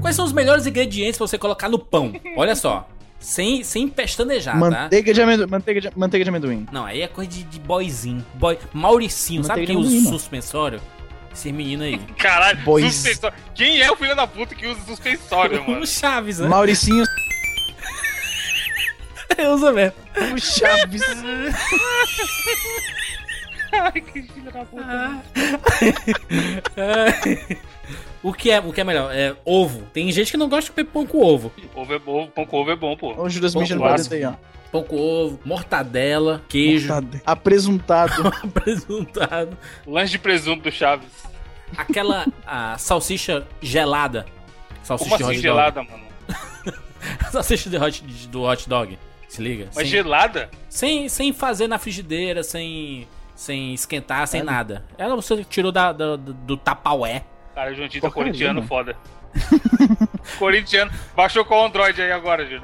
Quais são os melhores ingredientes pra você colocar no pão? Olha só. Sem, sem pestanejar, tá? Manteiga, de amendoim, manteiga, de, manteiga de amendoim. Não, aí é coisa de, de boyzinho. Boy, Mauricinho, sabe quem Manteiga de usa amendoim, mano. suspensório? Esse menino aí. Caralho, Boys. suspensório. Quem é o filho da puta que usa suspensório, mano? O Chaves, né? Mauricinho Usa mesmo. Chaves. Ai, que filho da puta. O que é, o que é melhor? É ovo. Tem gente que não gosta de comer pão com ovo. Ovo é bom, pão com ovo é bom, pô. Ô, Judas mijando Bom, pra dentro aí, ó. Tá Pão com ovo, mortadela, queijo, Mortade- Apresuntado. apresentado. Lanche de presunto do Chaves. Aquela a salsicha gelada. Como Salsicha de assim hot gelada, mano? dog. Salsicha de hot, do hot dog. Se liga. Mas sem, gelada? sem, sem fazer na frigideira, sem, sem esquentar, sem nada. Ela você tirou da, da- do, do tapaué. Cara, o Juntinho tá Porcaria, corintiano mano. foda. corintiano. Baixou com o Android aí agora, Júlio.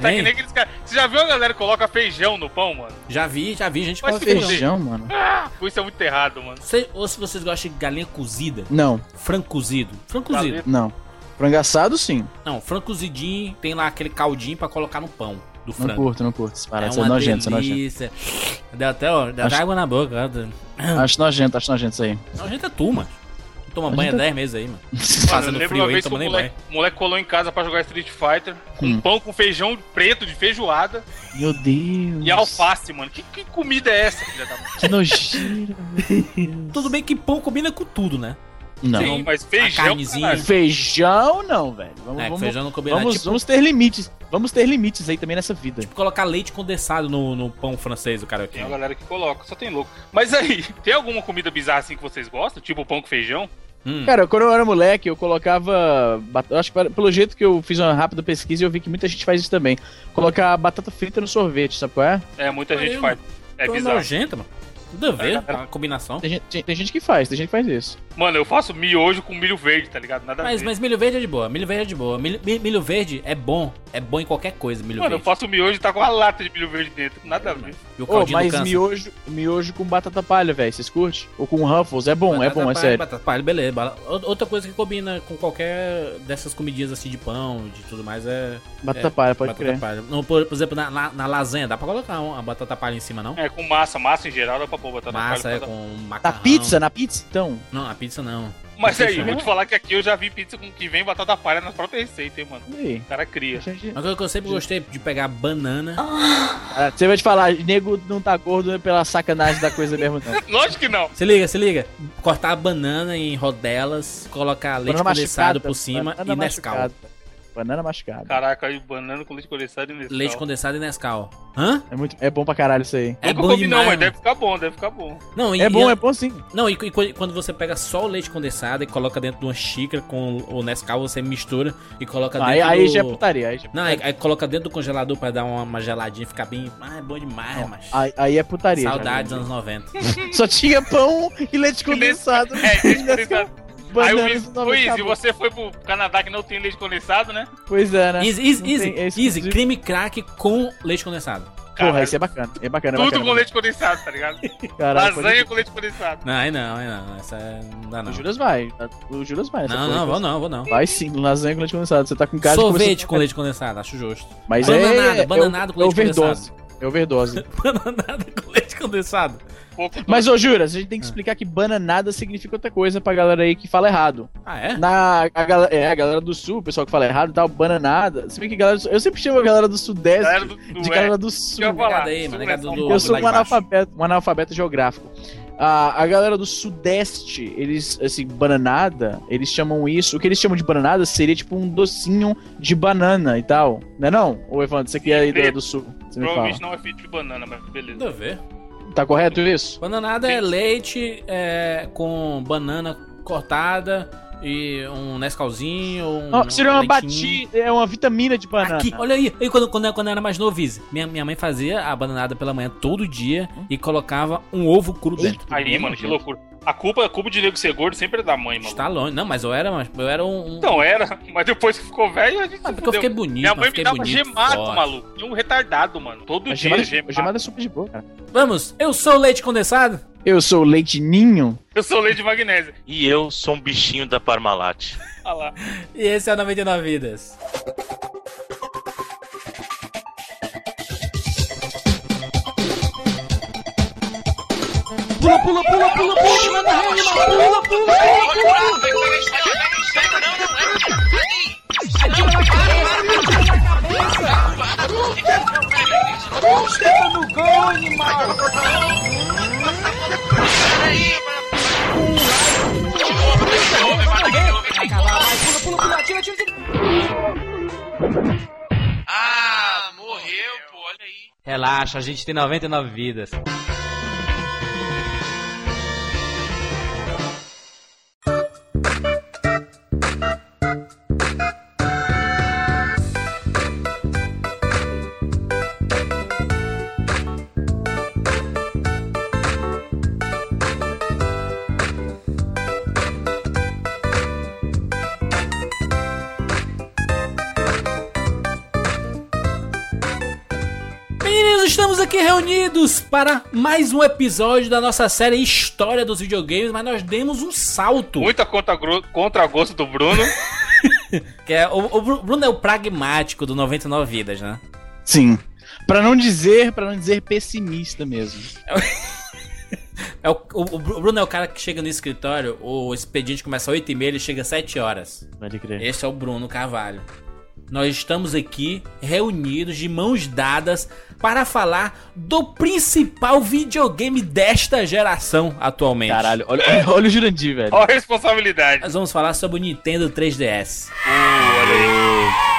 Tá que nem aqueles caras. Você já viu a galera que coloca feijão no pão, mano? Já vi, já vi gente Mas com se fuder. feijão. Feijão, mano. Pô, Isso é muito errado, mano. Cê- Ou se vocês gostam de galinha cozida, Não, frango cozido. Frango cozido. não. Frango assado, sim. Não, frango cozidinho tem lá aquele caldinho pra colocar no pão do Não frango. curto, não curto. Esse É parado. Isso é uma nojento, isso é nojento. delícia. Deu até, ó, deu até Acho- água na boca. ó. Acho nojento, acho nojento isso aí. Não, a gente é tu, mano. Toma banho há é 10 meses aí, mano. Mano, eu Fazendo lembro frio uma aí, vez que o tomando nem moleque, banho. moleque colou em casa pra jogar Street Fighter, com Hum. pão com feijão preto de feijoada Meu Deus. e alface, mano. Que, que comida é essa, filha da puta? Que nojeira. Tudo bem que pão combina com tudo, né? Não. Sim, mas feijão, A carnezinha. caralho. Feijão, não, velho. Vamos, É, vamos, feijão não combina. vamos, Tipo, vamos ter limites. Vamos ter limites aí também nessa vida. colocar leite condensado no, no pão francês, o cara aqui. Tem uma galera que coloca, só tem louco. Mas aí, tem alguma comida bizarra assim que vocês gostam? Tipo pão com feijão? Hum. Cara, quando eu era moleque, eu colocava. bat- eu Acho que pelo jeito que eu fiz uma rápida pesquisa, eu vi que muita gente faz isso também. Colocar batata frita no sorvete, sabe qual é? É, muita Caramba. gente faz. É Tô bizarro. nojento, mano. Tudo a ver, É. uma combinação. Tem gente, tem- tem gente que faz, tem gente que faz isso. Mano, eu faço miojo com milho verde, tá ligado? Nada a Mas, ver. mas milho verde é de boa, milho verde é de boa. Milho, mi- milho verde é bom, é bom em qualquer coisa, milho Mano, eu verde. faço miojo e tá com a lata de milho verde dentro. Nada a ver. E o Ô, caldinho do mas câncer. miojo, miojo com batata palha, velho, vocês curtem? Ou com Ruffles, é bom, é Batata bom, é palha, sério. Batata palha, beleza. Bala- Ou- Outra coisa que combina com qualquer dessas comidinhas assim de pão, de tudo mais, é Batata palha, pode batata crer. palha. Não, por, por exemplo, na, na, na lasanha, dá pra colocar uma batata palha em cima, não? É, com massa. Massa em geral dá pra pôr batata Massa palha, é batata- com Na macarrão. pizza, na pizza, então. Não, a pizza não. Mas aí, Pizza, eu vou né? te falar que aqui eu já vi pizza com que vem batata palha na própria receita, hein, mano. E aí? O cara cria. Gente, Uma coisa que eu sempre gostei de pegar banana. cara, Você vai te falar, nego não tá gordo pela sacanagem da coisa mesmo, não. Lógico que não. Se liga, se liga. Cortar a banana em rodelas, colocar leite Banana condensado machucada, por cima banana e Nescau. machucada. Banana machucada. Caraca, aí banana com leite condensado e Nescau. Leite condensado e Nescau. Hã? É, muito, é bom pra caralho isso aí. É Nunca bom comi, demais. não, mas mano. deve ficar bom, deve ficar bom. Não, e, É bom, e, é bom sim. Não, e, e quando- quando você pega só o leite condensado e coloca dentro de uma xícara com o Nescau, você mistura e coloca Aí, dentro aí do... já é putaria. Aí, já é Não, aí, putaria. aí coloca dentro do congelador pra dar uma, uma geladinha e ficar bem... Ah, é bom demais, macho. Aí, aí é putaria. já. Saudades dos anos 90. Só tinha pão e leite condensado. É, leite condensado. Aí Banana, o Luiz, não, Luiz, e acabou. você foi pro Canadá que não tem leite condensado, né? Pois é, né? Easy, easy, Não easy, tem- é easy, exclusivo. creme crack com leite condensado. Porra, Caralho. isso é bacana. É bacana, é Tudo bacana. com leite condensado, tá ligado? Caralho, pode- Lasanha com leite condensado. Não, aí não, aí não. Essa é- não dá não. O Juras vai. tá? O Juras vai. essa Não, porra. não, vou não, vou não. Vai sim, lasanha com leite condensado. Você tá com cara de Sorvete começar- com leite condensado, acho justo. Mas Bananada, é, bananada é, com leite é overdose. É overdose. Bananada com leite condensado. Pouco Mas, ô, Juras, a gente Ah. tem que explicar que bananada significa outra coisa pra galera aí que fala errado. Ah, é? Na, a, galera, é, a galera do sul, o pessoal que fala errado e tal, bananada. Se bem que galera do sul- eu sempre chamo a galera do sudeste galera do, do de é, galera do isso sul. que eu ia falar. Negado aí, mano, Sul negado é São do- Paulo. Eu sou lá um de baixo. analfabeto, um analfabeto geográfico. A, a galera do sudeste, eles, assim, bananada, eles chamam isso. O que eles chamam de bananada seria tipo um docinho de banana e tal. Não é não? Ô, Evandro, você que é aí do, do sul, você me fala. Provavelmente não é feito de banana, mas beleza. Nada a ver. Tá correto isso? Bananada é Sim. leite é, com banana cortada e um Nescauzinho. Um Não, seria uma leitinho. batida, é uma vitamina de banana. Aqui, olha aí. E quando, quando, eu- quando eu era mais novo, Izzy, minha, minha mãe fazia a bananada pela manhã todo dia e colocava um ovo cru dentro. Aí, mano, que loucura. A culpa, a culpa de nego ser gordo sempre é da mãe, mano. Está longe. Não, mas eu era, eu era um. um- Não era, mas depois que ficou velho, a gente Ah, porque se eu Então, fudeu. fiquei bonito, Minha eu mãe me fiquei dava bonito. gemado, forte. maluco. E um retardado, mano. Todo A dia gemada, gemado. a gemada é super de boa, cara. Vamos, eu sou o leite condensado. Eu sou o leite ninho. Eu sou leite de magnésio. E eu sou um bichinho da Parmalat. Olha lá. E esse é o 99 Vidas. Pula, pula, pula, pula, pula, pula, pula, Ah, morreu, pô, olha aí. Relaxa, a gente tem 99 vidas. Meninos, estamos aqui reunidos para mais um episódio da nossa série História dos Videogames, mas nós demos um salto. Muita contra, gro- contra gosto do Bruno. Que é, o, o Bru- Bruno é o pragmático do 99 Vidas, né? Sim. Pra não dizer, para não dizer pessimista mesmo. É o, o- o Bru- o Bruno é o cara que chega no escritório, o expediente começa às 8h30, ele chega às 7 horas. Pode crer. Esse é o Bruno Carvalho. Nós estamos aqui reunidos de mãos dadas para falar do principal videogame desta geração atualmente. Caralho, olha, olha, olha o Jurandir, velho. Olha a responsabilidade. Nós vamos falar sobre o Nintendo Uh, 3DS.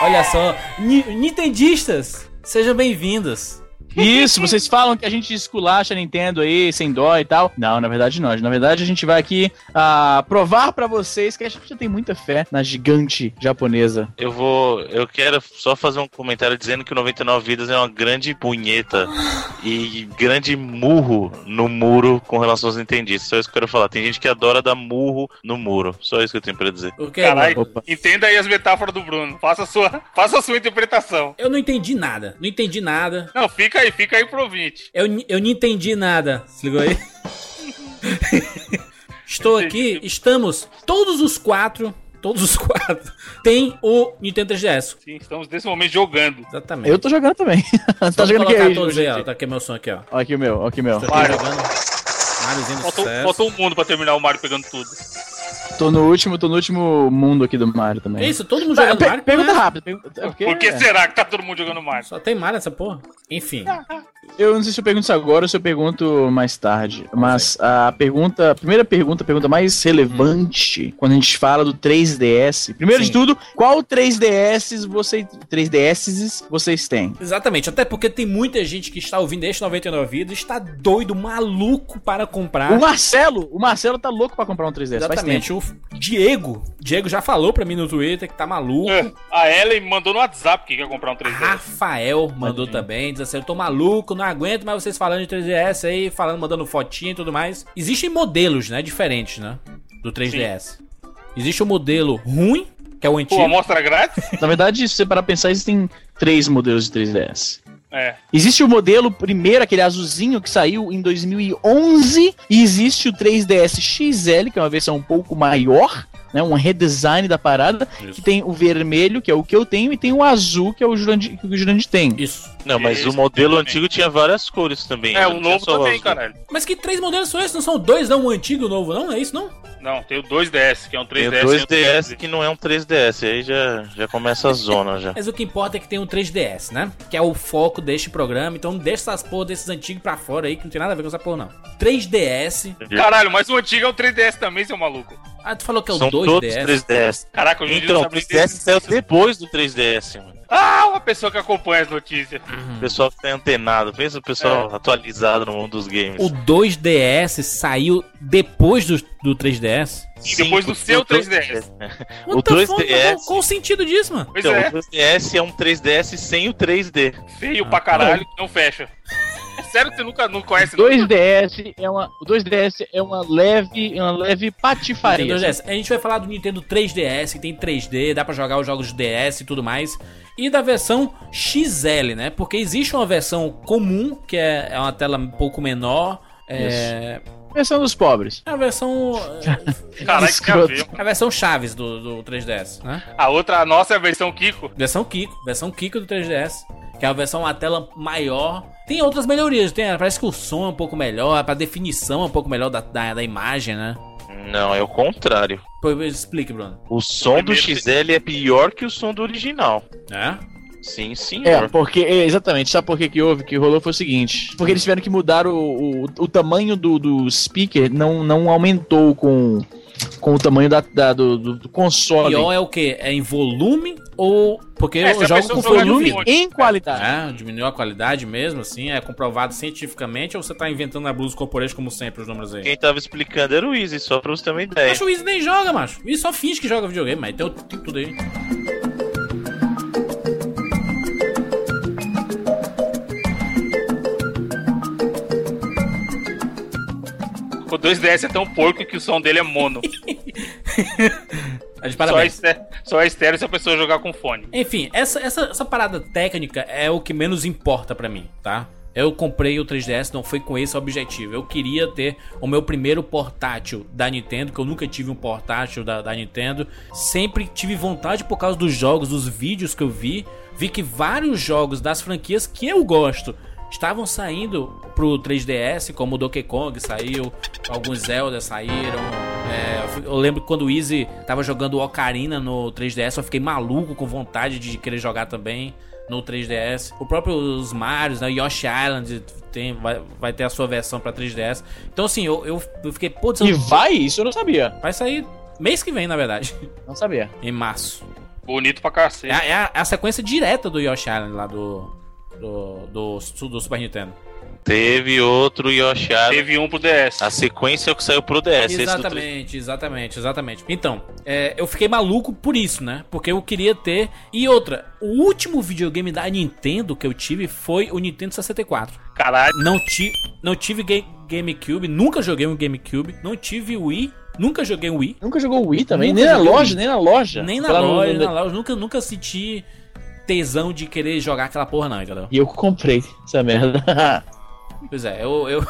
olha Olha só, ni- nintendistas, sejam bem-vindos. Isso, vocês falam que a gente esculacha a Nintendo aí, sem dó e tal. Não, na verdade não. Na verdade a gente vai aqui ah, provar pra vocês que a gente já tem muita fé na gigante japonesa. Eu vou. Eu quero só fazer um comentário dizendo que o 99 Vidas é uma grande punheta e grande murro no muro com relação aos entendistas. Só isso que eu quero falar. Tem gente que adora dar murro no muro. Só isso que eu tenho pra dizer. O que, Caralho. mano? Opa. aí. Entenda aí as metáforas do Bruno. Faça a sua, faça a sua interpretação. Eu não entendi nada, não entendi nada. Não, fica aí, fica aí pro ouvinte. Eu, ni- eu não entendi nada. Se ligou aí? Estou aqui, estamos todos os quatro, todos os quatro, tem o Nintendo 3DS. Sim, estamos nesse momento jogando. Exatamente. Eu tô jogando também. tá Vamos jogando o que colocar aí, todos aí, ó. Jurandir? Tá aqui meu som aqui, ó. Ó, aqui o meu, ó, aqui o meu. Estou aqui Mario. jogando. Máriozinho do Faltou, sucesso. faltou um mundo pra terminar o Mario pegando tudo. Tô no último, tô no último mundo aqui do Mario um- também. É isso, todo mundo Tá, jogando pe- Mario, pergunta né? rápida. pergunta- é porque- Por que será que tá todo mundo jogando Mario? Só tem Mario essa porra. Enfim. Ah. Eu não sei se eu pergunto isso agora ou se eu pergunto mais tarde. Mas a pergunta. A primeira pergunta, a pergunta mais Uhum. relevante quando a gente fala do 3DS. Primeiro Sim. de tudo, qual 3DS você, 3DS vocês têm? Exatamente, até porque tem muita gente que está ouvindo este 99 Vidas, está doido, maluco para comprar. O Marcelo! O Marcelo tá louco pra comprar um 3DS. Ah. Exatamente, o Diego. Diego já falou pra mim no Twitter que tá maluco. É, A Ellen mandou no WhatsApp que quer comprar um Ah, 3DS. Rafael mandou Pode ir. também, diz assim: eu tô maluco, não aguento mais vocês falando de 3DS aí, falando, mandando fotinha e tudo mais. Existem modelos, né? Diferentes, né? Do 3DS. Existe o modelo ruim, que é o Pô, antigo. amostra grátis? Faz tempo. Na verdade, se você parar pra pensar, existem três modelos de 3DS. É. Existe o modelo primeiro, aquele azulzinho que saiu em 2011, e existe o 3DS XL, que é uma versão um pouco maior, né, um redesign da parada, Isso. que tem o vermelho, que é o que eu tenho, e tem o azul, que é o Jurandir, que o Jurandir tem. Isso. Não, mas Isso o modelo também. antigo tinha várias cores também. né? É, Não o tinha novo só o também, azul. caralho. Mas que três modelos são esses? Não são dois, não? O antigo e o novo, não? É isso, não? Não, tem o 2DS, que é um 3DS. Tem o e um 2DS que não é um 3DS. Aí já, já começa a zona já. Mas o que importa é que tem o 3DS, né? Que é o foco deste programa. Então deixa essas porra desses antigos pra fora aí, que não tem nada a ver com essa porra, não. 3DS. Caralho, mas o antigo é um 3DS também, seu maluco. Ah, tu falou que é o São todos 2DS. 3DS. Caraca, o Jundi Então, não o sabe nem 3DS saiu disso. depois do 3DS, mano. Ah, uma pessoa que acompanha as notícias. O pessoal que tá antenado, pensa o É. pessoal atualizado no mundo dos games. O 2DS saiu depois do, do 3DS? Cinco, depois do seu 3DS. O What the fuck, 2DS. mano? Qual o sentido disso, mano? Pois Então, é, o 3DS é um 3DS sem o 3D. feio pra caralho, que não fecha. É sério que você nunca não conhece? não? 2DS é uma, o 2DS é uma leve, uma leve patifaria. Nintendo 2DS. A gente vai falar do Nintendo 3DS, que tem 3D, dá pra jogar os jogos de DS e tudo mais. E da versão XL, né? Porque existe uma versão comum, que é é uma tela um pouco menor. É... Versão dos pobres. É a versão. Caralho, que Escroto. ver. É a versão Chaves do, do 3DS, né? A outra, a nossa é a versão Kiko. Versão Kiko, versão Kiko do 3DS. Que é a versão a tela maior. Tem outras melhorias, tem, parece que o som é um pouco melhor, a definição é um pouco melhor da, da, da imagem, né? Não, é o contrário. Pô, explique, Bruno. O som do Primeiro- XL é pior que o som do original. É? Sim, É, senhor. porque, é, exatamente, sabe por que que houve, que rolou foi o seguinte, porque eles tiveram que mudar o, o, o tamanho do, do speaker, não, não aumentou com, com o tamanho da, da- do, do- do console, Pior é o quê? É em volume ou. Porque É, se eu a jogo pessoa com jogar no volume. volume. em qualidade. É, diminuiu a qualidade mesmo, assim, é comprovado cientificamente, ou você tá inventando a Blues Corporation como sempre, os números aí? Quem tava explicando era o Easy, só pra você ter uma é? ideia. Acho que o Wiz nem joga, macho. O Wiz só finge que joga videogame, mas tem, o- tem tudo aí. O 2DS é tão porco que o som dele é mono. É de só, é parabéns. estéreo, só é estéreo se a pessoa jogar com fone. Enfim, essa, essa, essa parada técnica é o que menos importa pra mim, tá? Eu comprei o 3DS, não foi com esse objetivo. Eu queria ter o meu primeiro portátil da Nintendo, que eu nunca tive um portátil da, da Nintendo. Sempre tive vontade por causa dos jogos, dos vídeos que eu vi. Vi que vários jogos das franquias que eu gosto estavam saindo pro 3DS, como o Donkey Kong saiu, alguns Zelda saíram. É, eu fui- eu lembro que quando o Easy tava jogando o Ocarina no 3DS, eu fiquei maluco com vontade de querer jogar também no 3DS. O próprio os Marios, né, Yoshi Island tem, vai, vai ter a sua versão pra 3DS. Então assim, eu, eu, eu fiquei, putz, E eu- vai? Isso eu não sabia, vai sair mês que vem, na verdade, não sabia. em março. Bonito pra É, cacete. a- é a, é a sequência direta do Yoshi Island lá do, do, do, su- do Super Nintendo. Teve outro Yoshi Island. Teve um pro DS. A sequência é o que saiu pro DS. esse do três- Exatamente, exatamente, exatamente. Então, é, eu fiquei maluco por isso, né? Porque eu queria ter. E outra, o último videogame da Nintendo que eu tive foi o Nintendo 64. Caralho. Não, ti, não tive ga- GameCube, nunca joguei um GameCube, não tive Wii, nunca joguei um Wii. Nunca jogou Wii também? Nunca nem na joguei loja, Wii. nem na loja. Nem na Lá no- loja, no- na loja, nunca, nunca senti tesão de querer jogar aquela porra, não, entendeu? E eu comprei essa merda. Pois é, eu. eu...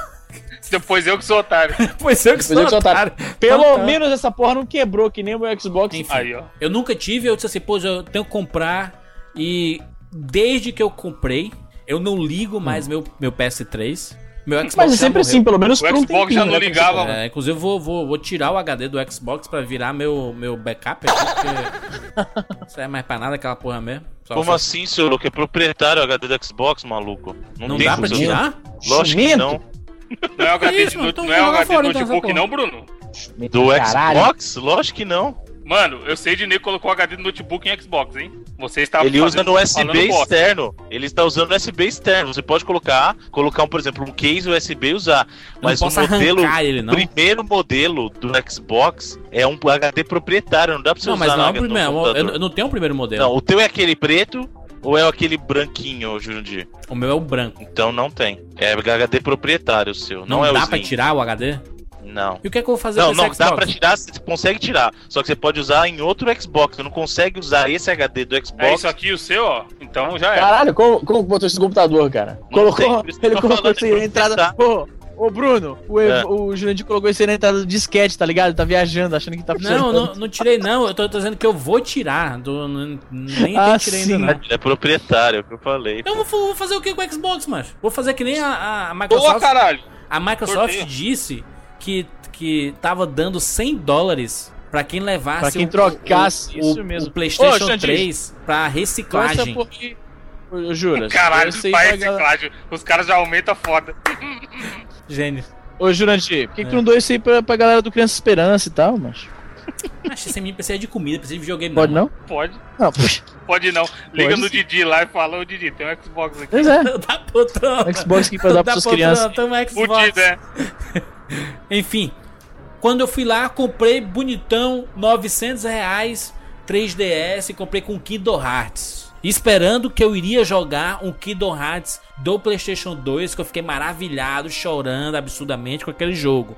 Depois eu que sou otário. pois eu que sou Pois eu que sou otário. Pelo Então tá. menos essa porra não quebrou, que nem o meu Xbox. Enfim. Aí, ó. Eu nunca tive, eu disse assim, pô, eu tenho que comprar. E desde que eu comprei, eu não ligo mais meu, meu PS3. Meu Xbox Hum. Mas é já sempre morreu. assim, pelo menos O por um Xbox tempinho, já não né, como Ah, ligava, você mano. É, inclusive, eu vou, vou, vou tirar o HD do Xbox pra virar meu, meu backup aqui, porque. não serve mais pra nada aquela porra mesmo. Só Como só- assim, senhor? Luke? É proprietário HD do Xbox, maluco. Não, Não tem dá pra como você- tirar? Lógico que Jumento. não. Não é o HD Isso, de, mano, no- então não é o joga HD de fora, então, essa notebook, porra. não, Bruno? falou. Do Caralho. Xbox? Lógico que não. Mano, eu sei de nego colocou HD no notebook em Xbox, hein? Você está Ele tá usa fazendo- no USB falando bosta. externo. Ele está usando USB externo. Você pode colocar, colocar um, por exemplo, um case USB e usar. Eu Mas não o posso modelo, arrancar ele, o não. primeiro modelo do Xbox é um HD proprietário. Não dá pra você Não, usar mas não é o HD no primeiro. eu- Eu, computador. eu não tenho o primeiro modelo. Não, o teu é aquele preto ou é aquele branquinho, Jurandir? O meu é o branco. Então não tem. É HD proprietário o seu. Não, Não, é o dá Slim. pra tirar o HD? Não. E o que é que eu vou fazer Não, com não, esse dá Xbox? pra tirar, você consegue tirar. Só que você pode usar em outro Xbox. Você não consegue usar esse HD do Xbox. É isso aqui, o seu, ó. Então já era. Caralho, como, como botou esse computador, cara? Não colocou, tem, por isso que eu ele tô colocou falando, isso aí na tem que entrada. testar. Ô, ô Bruno, o, Ev- É. o Jurandir colocou isso aí na entrada do disquete, tá ligado? Tá viajando, achando que tá Não, funcionando. não, não tirei, não. Eu tô, tô dizendo que eu vou tirar. do- n- nem Ah, tirei sim. ainda, não. É proprietário, é o que eu falei. Eu vou, vou fazer o que com o Xbox, mano? Vou fazer que nem a- a, a Boa, Microsoft. caralho. a Microsoft sorteio. disse que, que tava dando 100 dólares pra quem levasse Pra quem o, trocasse, o, isso o mesmo. Ô, PlayStation Xandinho. 3 pra reciclagem. porque. Eu juro. Caralho, eu sei pai, pra esse galera- Cláudio. Os caras já aumentam a foda. Gênio. Ô, Jurandir, por que, que É. tu não deu isso aí pra, pra galera do Criança Esperança e tal, mas? Achei sem mim precisa é de comida, precisa de videogame. Pode não? Pode. Não, puxa. Pode não. Liga Pode no sim. Didi lá e fala, ô Didi, tem um Xbox aqui. Pois é. Dá puta. Xbox que pra dar pras suas crianças. tá Xbox. Fudido, é. Enfim, quando eu fui lá, comprei bonitão, 900 reais, 3DS, comprei com Kingdom Hearts. Esperando que eu iria jogar um Kingdom Hearts do PlayStation 2, que eu fiquei maravilhado, chorando absurdamente com aquele jogo.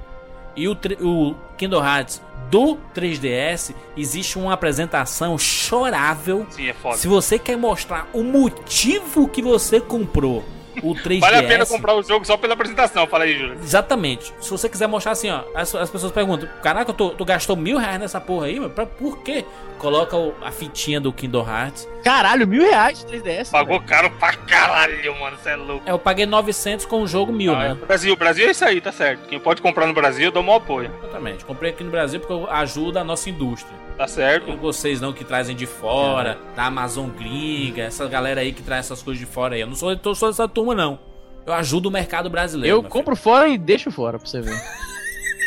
E o, tre- o Kingdom Hearts do 3DS existe uma apresentação chorável Sim, é foda. se você quer mostrar o motivo que você comprou o 3DS. Vale a pena comprar o jogo só pela apresentação, fala aí, Júlio. Exatamente. Se você quiser mostrar assim, ó, as, as pessoas perguntam: Caraca, tu, tu gastou mil reais nessa porra aí, mas pra, por quê? Coloca o- a fitinha do Kingdom Hearts. Caralho, mil reais 3DS. Pagou caro pra caralho, mano. Você é louco. É, eu paguei 900 com o jogo mil, Ah, né? Brasil, Brasil é isso aí, tá certo. Quem pode comprar no Brasil, eu dou maior apoio. Exatamente. Comprei aqui no Brasil porque eu- ajuda a nossa indústria. Tá certo. Eu, vocês não que trazem de fora, da Amazon gringa, essa galera aí que traz essas coisas de fora aí. Eu não sou, eu sou dessa turma, não. Eu ajudo o mercado brasileiro. Eu meu compro fora e deixo fora pra você ver.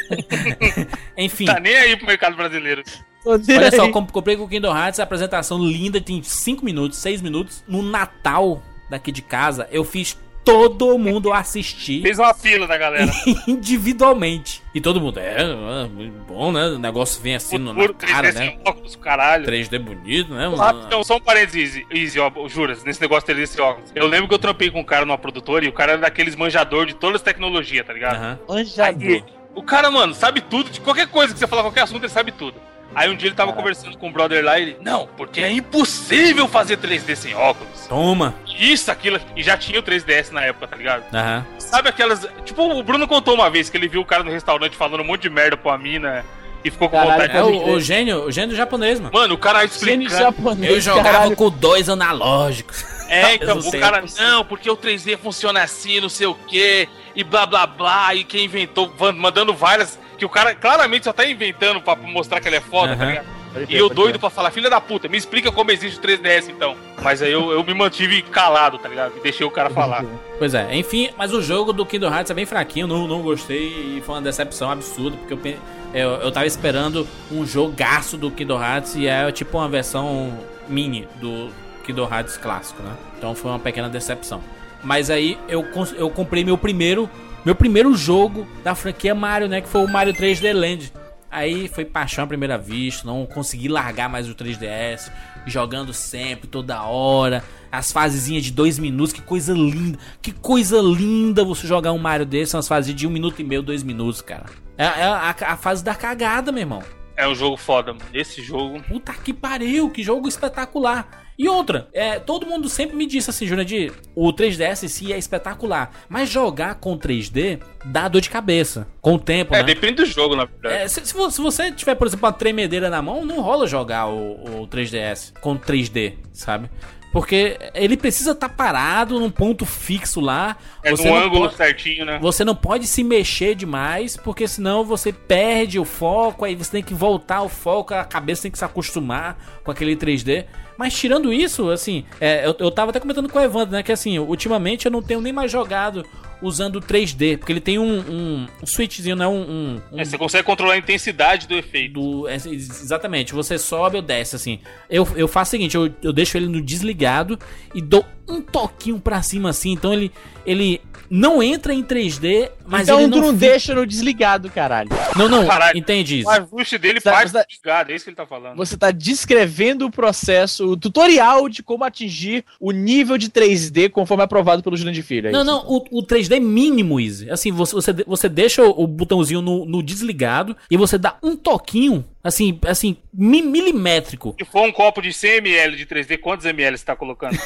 filho. Enfim. Tá nem aí pro mercado brasileiro. Olha só, eu comp- comprei com o Kingdom Hearts, a apresentação linda, tem 5 minutos, 6 minutos. No Natal daqui de casa, eu fiz todo mundo assistir Fez uma fila da galera. individualmente. E todo mundo, é, é, muito bom, né? O negócio vem assim no, na Futuro, cara, 3D né? sem óculos, caralho. 3D bonito, né? Ah, Então, só um parênteses, Easy, Easy, ó, juras, nesse negócio dele, esse óculos. Eu lembro que eu trampei com um cara numa produtora e o cara era daqueles manjador de todas as tecnologias, tá ligado? Aham. Aí, o cara, mano, sabe tudo, de qualquer coisa que você falar, qualquer assunto, ele sabe tudo. Aí um dia ele tava Ah. conversando com o brother lá e ele, não, porque é impossível fazer 3D sem óculos. Toma. Isso, aquilo, e já tinha o 3DS na época, tá ligado? Aham. Sabe aquelas. Tipo, o Bruno contou uma vez que ele viu o cara no restaurante falando um monte de merda pra mina e ficou com Caralho, vontade É de. o, o gênio, o gênio japonês, mano. Mano, o cara Gênio explicando. japonês. Eu jogava caralho. com dois analógicos. É, então, Eu o sei. cara, não, porque o 3D funciona assim, não sei o quê, e blá blá blá, e quem inventou, van- mandando várias, que o cara claramente só tá inventando pra mostrar que ele é foda, tá Aham. é ligado? E eu doido pra falar, filha da puta, me explica como existe o 3DS então. Mas aí eu, eu me mantive calado, tá ligado? E deixei o cara falar. Pois é, enfim, mas o jogo do Kingdom Hearts é bem fraquinho, não, não gostei e foi uma decepção absurda, porque eu, pe- eu, eu tava esperando um jogaço do Kingdom Hearts e é tipo uma versão mini do Kingdom Hearts clássico, né? Então foi uma pequena decepção. Mas aí eu, cons- eu comprei meu primeiro meu primeiro jogo da franquia Mario, né? Que foi o Mario 3D Land. Aí foi paixão à primeira vista, não consegui largar mais o 3DS, jogando sempre, toda hora, as fasezinhas de dois minutos, que coisa linda, que coisa linda você jogar um Mario desse, umas fases de um minuto e meio, dois minutos, cara. É, é a, a fase da cagada, meu irmão. É um jogo foda, mano. Esse jogo. Puta que pariu, que jogo espetacular. E outra, é, todo mundo sempre me disse assim, Jurandir, o 3DS em si é espetacular, mas jogar com 3D dá dor de cabeça, com o tempo, É, né? depende do jogo, na verdade. É, se, se vo- se você tiver, por exemplo, uma tremedeira na mão, não rola jogar o, o 3DS com 3D, sabe? Porque ele precisa estar parado num ponto fixo lá. É, você no não ângulo pode- certinho, né? você não pode se mexer demais, porque senão você perde o foco, aí você tem que voltar o foco, a cabeça tem que se acostumar com aquele 3D. Mas tirando isso, assim, é, eu, eu tava até comentando com o Evandro, né? Que assim, ultimamente eu não tenho nem mais jogado usando 3D, porque ele tem um, um, um switchzinho, né? Um, um, um É, você consegue controlar a intensidade do efeito. do- é, ex- exatamente, você sobe ou desce, assim. Eu, eu faço o seguinte, eu, eu deixo ele no desligado e dou um toquinho pra cima, assim. Então ele, ele não entra em 3D, mas então ele tu não... não deixa no desligado, caralho. Não, não, Caralho. entende isso. O ajuste dele Sabe- parte sabe- do desgado, é isso que ele tá falando. Você tá descrevendo o processo, o tutorial de como atingir o nível de 3D conforme é aprovado pelo Julian de Filho. é Não, isso? não, o, o 3D é mínimo, Easy. Assim, você, você, de- você deixa o, o botãozinho no, no desligado e você dá um toquinho, assim, assim, mi- milimétrico. Se for um copo de 100 ml de 3D, quantos ml você tá colocando?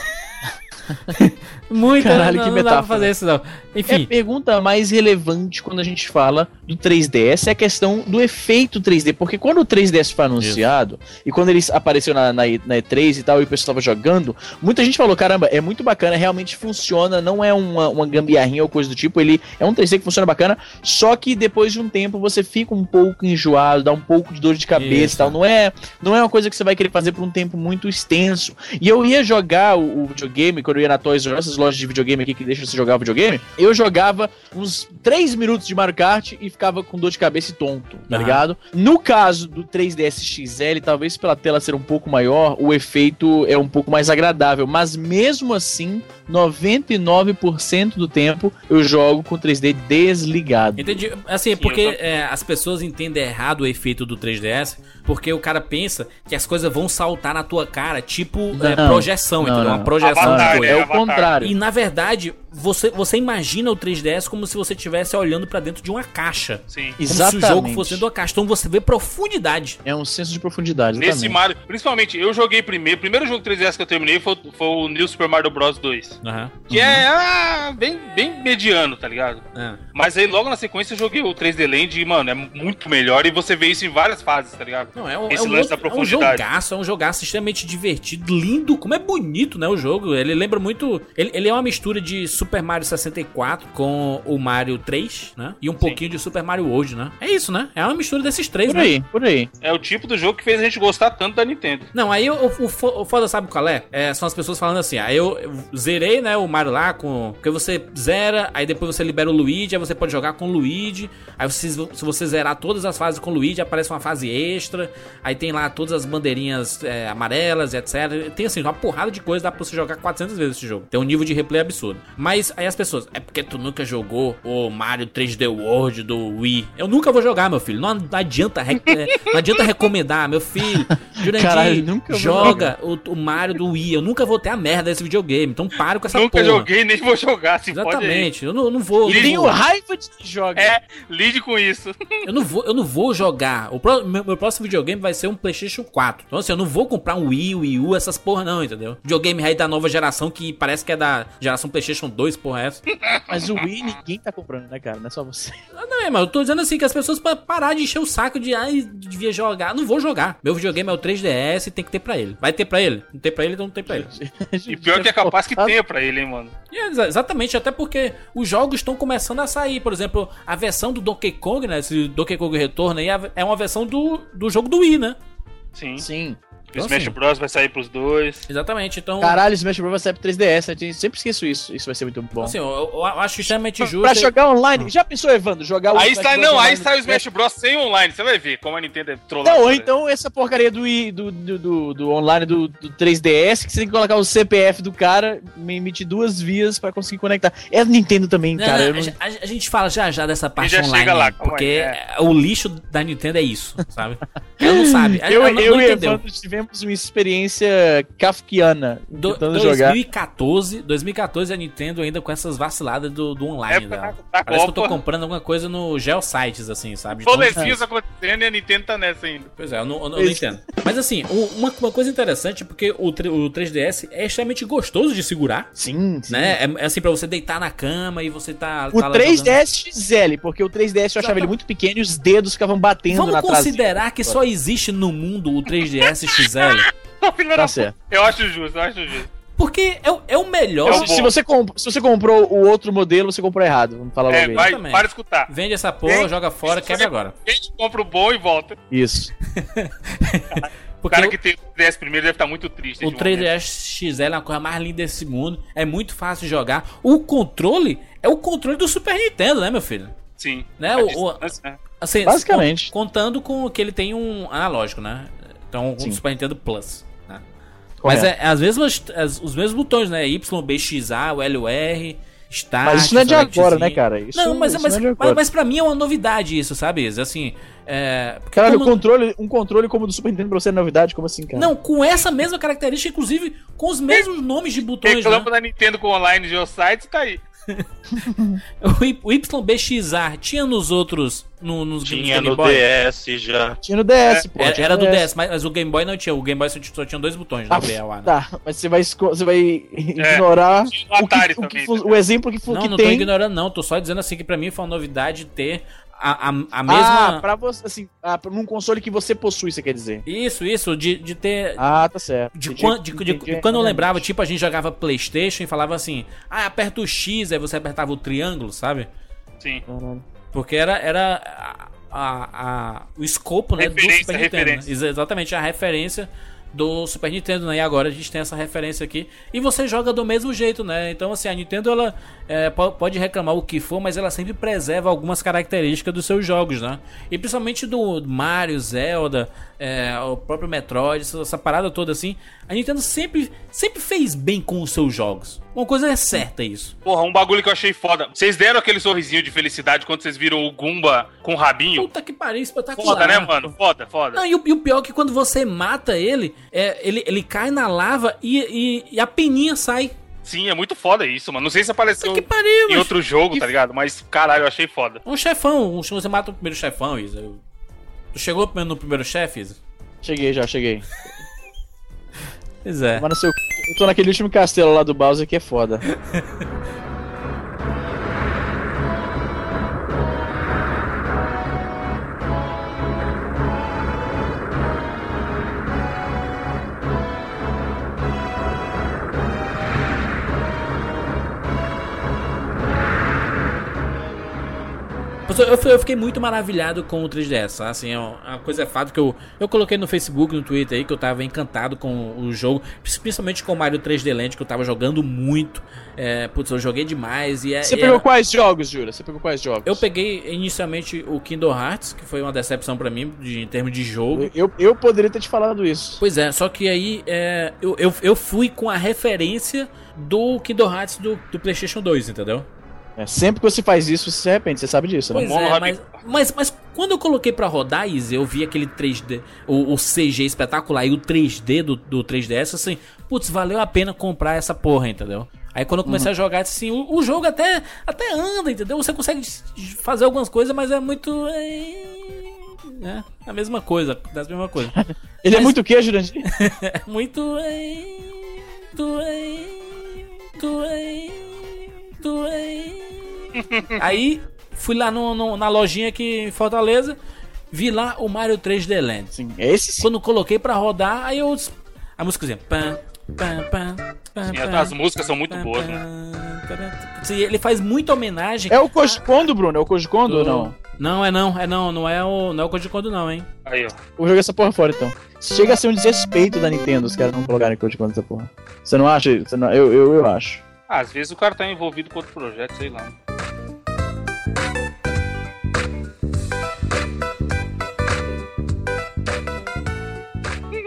Muito, Caralho, não, que não dá pra metáfora. fazer isso, não. É a Enfim, pergunta mais relevante quando a gente fala do 3DS é a questão do efeito 3D. Porque quando o 3DS foi anunciado, e quando ele apareceu na, na, E- na E3 e tal, e o pessoal tava jogando, muita gente falou: caramba, é muito bacana, realmente funciona, não é uma, uma gambiarrinha ou coisa do tipo, ele é um 3D que funciona bacana, só que depois de um tempo você fica um pouco enjoado, dá um pouco de dor de cabeça Isso. e tal. Não é, não é uma coisa que você vai querer fazer por um tempo muito extenso. E eu ia jogar o, o videogame, quando eu ia na Toys R Us, essas lojas de videogame aqui que deixam você jogar videogame, eu jogava uns 3 minutos de Mario Kart e ficava com dor de cabeça e tonto, tá Aham. ligado? No caso do 3DS XL, talvez pela tela ser um pouco maior, o efeito é um pouco mais agradável, mas mesmo assim, 99% do tempo eu jogo com 3D desligado. entendi. Assim, Sim, porque eu tô- é, as pessoas entendem errado o efeito do 3DS 3DS, porque o cara pensa que as coisas vão saltar na tua cara, tipo é, Não, projeção, não, entendeu? não. Uma projeção Avatar, de né? coisa. É o Avatar. contrário. E na verdade, você, você imagina o 3DS como se você estivesse olhando pra dentro de uma caixa. Sim. Como se o jogo fosse dentro de uma caixa. Então você vê profundidade. É um senso de profundidade. Nesse exatamente. Mario, principalmente, eu joguei primeiro. O primeiro jogo 3DS que eu terminei foi, o- foi o New Super Mario Bros 2. Que é Uhum. ah, bem, bem mediano, tá ligado? É. Mas aí logo na sequência eu joguei o 3D Land e, mano, é muito melhor. E você vê isso em várias fases, tá ligado? Não, é um, Esse é um outro- lance da profundidade. É um jogaço, é um jogaço extremamente divertido, lindo, como é bonito, né, o jogo. Ele lembra muito... Ele, ele é uma mistura de Super Mario 64 com o Mario 3, né? E um pouquinho de Super Mario World, né? É isso, né? É uma mistura desses três, Por né? aí, por aí. É o tipo do jogo que fez a gente gostar tanto da Nintendo. Não, aí o, o, fo- o foda sabe qual é? É, São as pessoas falando assim, aí eu eu zerei, né, o Mario lá com... Porque você zera, aí depois você libera o Luigi, aí você pode jogar com o Luigi, aí você- se você zerar todas as fases com o Luigi, aparece uma fase extra, aí tem lá todas as bandeirinhas é, amarelas e etc. Tem assim, uma porrada de coisa, dá pra você jogar 400 vezes esse jogo. Tem um nível de replay absurdo. Mas aí as pessoas, é porque tu nunca jogou o Mario 3D World do Wii. Eu nunca vou jogar, meu filho. Não não adianta, re- é, não adianta recomendar, meu filho. Jurandir, Caralho, nunca vou joga o, o Mario do Wii. Eu nunca vou ter a merda desse videogame. Então pare com essa Nunca porra. joguei, nem vou jogar, se pode. aí. Exatamente. Eu não, eu não vou. E Eu não tenho vou. um- raiva de que joga. É, lide com isso. Eu não vou, eu não vou jogar. O pró- meu, meu próximo videogame vai ser um PlayStation 4. Então, assim, eu não vou comprar um Wii, Wii U, essas porra, não, entendeu? Videogame aí da nova geração que parece que é da geração PlayStation 2, porra, é essa. Mas o Wii ninguém tá comprando, né, cara? Não é só você. Ah, Não, é, mas eu tô dizendo assim que as pessoas pra parar de encher o saco de, ai, devia jogar. Não vou jogar. Meu videogame é o 3DS e tem que ter pra ele. Vai ter pra ele? Não tem pra ele, então não tem pra ele. E pior que é capaz que tenha pra ele, hein, mano. E é, exa- exatamente, até porque os jogos estão começando a sair. Por exemplo, a versão do Donkey Kong, né? Esse Donkey Kong Retorno aí é uma versão do, do jogo do Wii, né? Sim. Sim. O Então, Smash assim, Bros vai sair pros dois. Exatamente, então. Caralho, Smash Bros. vai sair pro 3DS, né? Eu sempre esqueço isso. Isso vai ser muito bom. Assim, eu, eu acho extremamente justo. pra jogar online. Já pensou, Evandro, jogar Tá, o Ah. Aí Smash sai, Bros não, online aí no sai o 3DS? Smash Bros sem online, você vai ver como a Nintendo é trollada. Não, ou né? então essa porcaria do, i- do, do, do- do online do, do 3DS, que você tem que colocar o CPF do cara, me emite duas vias pra conseguir conectar. É a Nintendo também, Não, cara. eu não, é não- a, a- a gente fala já já dessa parte já online, chega lá, calma porque aí, é- o lixo da Nintendo é isso, sabe? Ela não sabe, é, ela, Eu, ela não, eu não e entendeu. Evandro tivemos uma experiência kafkiana Do- tentando jogar. 2014, 2014 a Nintendo ainda com essas vaciladas do, do online Época dela. da Parece que eu tô É Copa. comprando alguma coisa no GeoSites, assim, sabe? De tão- Rolezinhos acontecendo e a Nintendo tá nessa ainda. Pois é, eu não, eu não- eu não entendo. Mas assim, o- uma, uma coisa interessante, é porque o, tre- o 3DS é extremamente gostoso de segurar, Sim, sim. né? É, é assim, pra você deitar na cama e você tá... O tá lá 3DS XL, porque o 3DS eu achava ele muito pequeno e os dedos ficavam batendo Vamos na traseira. considerar que só existe no mundo o 3DS XL. Tá certo. Eu acho justo, eu acho justo. Porque é, o- é o melhor. É o Então, Se, se você comp- se você comprou o outro modelo, você comprou errado. Vamos falar É, logo vai, Exatamente. para de escutar. Vende essa porra, Vem, joga fora, isso quebra é- agora. A gente compra o bom e volta. aí. Isso. O Porque cara o- que tem o 3DS primeiro deve estar muito triste. o nesse momento. 3DS XL é a coisa mais linda desse mundo. É muito fácil de jogar. O controle é o controle do Super Nintendo, né, meu filho? Sim. Né, A o- distância, né? Assim, Basicamente. con- Contando com que ele tem um analógico, né? Então, um Sim. Super Nintendo Plus. né? Mas Correto. é, é as mesmas, as- os mesmos botões, né? Y, B, X, A, o L, o R, Start, Mas isso não é de Selectzinho. agora, né, cara? Isso, não, mas, isso mas, não é de mas, agora. mas pra mim é uma novidade isso, sabe? Assim, é... porque Caralho, como- um controle, um controle como o do Super Nintendo pra você é novidade? Como assim, cara? Não, com essa mesma característica, inclusive com os mesmos nomes de botões, né? Reclama da Nintendo com online Geosites, tá aí. O Y- O YBXA tinha nos outros, no, nos games Tinha do Game no Boy? DS já. Tinha no DS, É, pô. Era, tinha é, era no do DS, mas, mas o Game Boy não tinha. O Game Boy só tinha, só tinha dois botões, né? É. Ah, O B e o A, né? Tá, mas você vai, esco- você vai ignorar o, É. O Atari que, o, que também. fu- tá o exemplo que, fu- Não, Tipo, que não tô tem. ignorando, não. Tô só dizendo assim que pra mim foi uma novidade ter a, a, a Ah, mesma. pra você, assim, ah, pra- num console que você possui, você quer dizer. Isso, isso, de, de ter. Ah, tá certo. De, Entendi, quan- de- de- entendi, de quando eu entendi. lembrava, tipo, a gente jogava Playstation e falava assim, ah, aperta o X, aí você apertava o triângulo, sabe? ligado? Sim. Caralho. Porque era, era a, a- a- o escopo né, do Referência, Super Nintendo. né? referência. Ex- Exatamente, a referência do Super Nintendo, né? E agora a gente tem essa referência aqui. E você joga do mesmo jeito, né? Então, assim, a Nintendo, ela é, po- pode reclamar o que for, mas ela sempre preserva algumas características dos seus jogos, né? E principalmente do Mario, Zelda, é, o próprio Metroid, essa, essa parada toda assim. A Nintendo sempre, sempre fez bem com os seus jogos. Uma coisa é certa isso. Porra, um bagulho que eu achei foda. Vocês deram aquele sorrisinho de felicidade quando vocês viram o Goomba com o rabinho? Puta que pariu, espetacular. Foda, né, mano? Foda, foda. Não, e o, e o pior é que quando você mata ele, é, ele, ele cai na lava e, e- e a peninha sai. Sim, é muito foda isso, mano. Não sei se apareceu Puta que pariu, Então, em macho. outro jogo, que- tá ligado? Mas, caralho, eu achei foda. Um chefão, um, você mata o primeiro chefão, Isa. Tu chegou primeiro no primeiro chefe, Isa? Cheguei já, cheguei. Pois é. Mas no seu... c- Eu tô naquele último castelo lá do Bowser que é foda. Mas Eu, eu fui- eu fiquei muito maravilhado com o 3DS. Assim, é um- a coisa é fato que eu, eu coloquei no Facebook, no Twitter aí, que eu tava encantado com o jogo, principalmente com o Mario 3D Land, que eu tava jogando muito. É, putz, eu joguei demais. E é, Você e pegou era- quais jogos, Jura? Você pegou quais jogos? Eu peguei inicialmente o Kingdom Hearts, que foi uma decepção pra mim de- em termos de jogo. Eu, eu poderia ter te falado isso. Pois é, só que aí é, eu, eu, eu fui com a referência do Kingdom Hearts do, do PlayStation 2, entendeu? É, sempre que você faz isso, você se arrepende, você sabe disso, né? Pois Mono é, Rabbit. mas, mas, mas quando eu coloquei pra rodar, Izzy, eu vi aquele 3D, o, o CG espetacular e o 3D do, do 3DS, assim, putz, valeu a pena comprar essa porra, entendeu? Aí quando eu comecei a jogar, assim, o, o jogo até, até anda, entendeu? Você consegue s- fazer algumas coisas, mas é muito. É, né? a mesma coisa, das mesmas coisas. Ele é mas- muito o quê, Jurandir? É muito. É, do, é, do, é, do, é. Aí fui lá no- no- na lojinha aqui em Fortaleza, vi lá o Mario 3D Land. Sim, é esse sim. Quando coloquei pra rodar, aí eu. A músicazinha. Pam, pam, pam, pam, Sim, pam, as músicas são muito pam, boas, né? pam, mano. pam. Sim, Ele faz muita homenagem. É o Koji Kondo, Bruno? É o Koji Kondo ou não? Não, é não, é não, não é o, não é o Koji Kondo não, hein? Aí, ó. Vou jogar essa porra fora então. Chega a ser um desrespeito da Nintendo os caras não colocarem Koji Kondo nessa porra. Você não acha? Você não- Eu, eu, eu acho. Ah, Às vezes o cara tá envolvido com outro projeto, sei lá.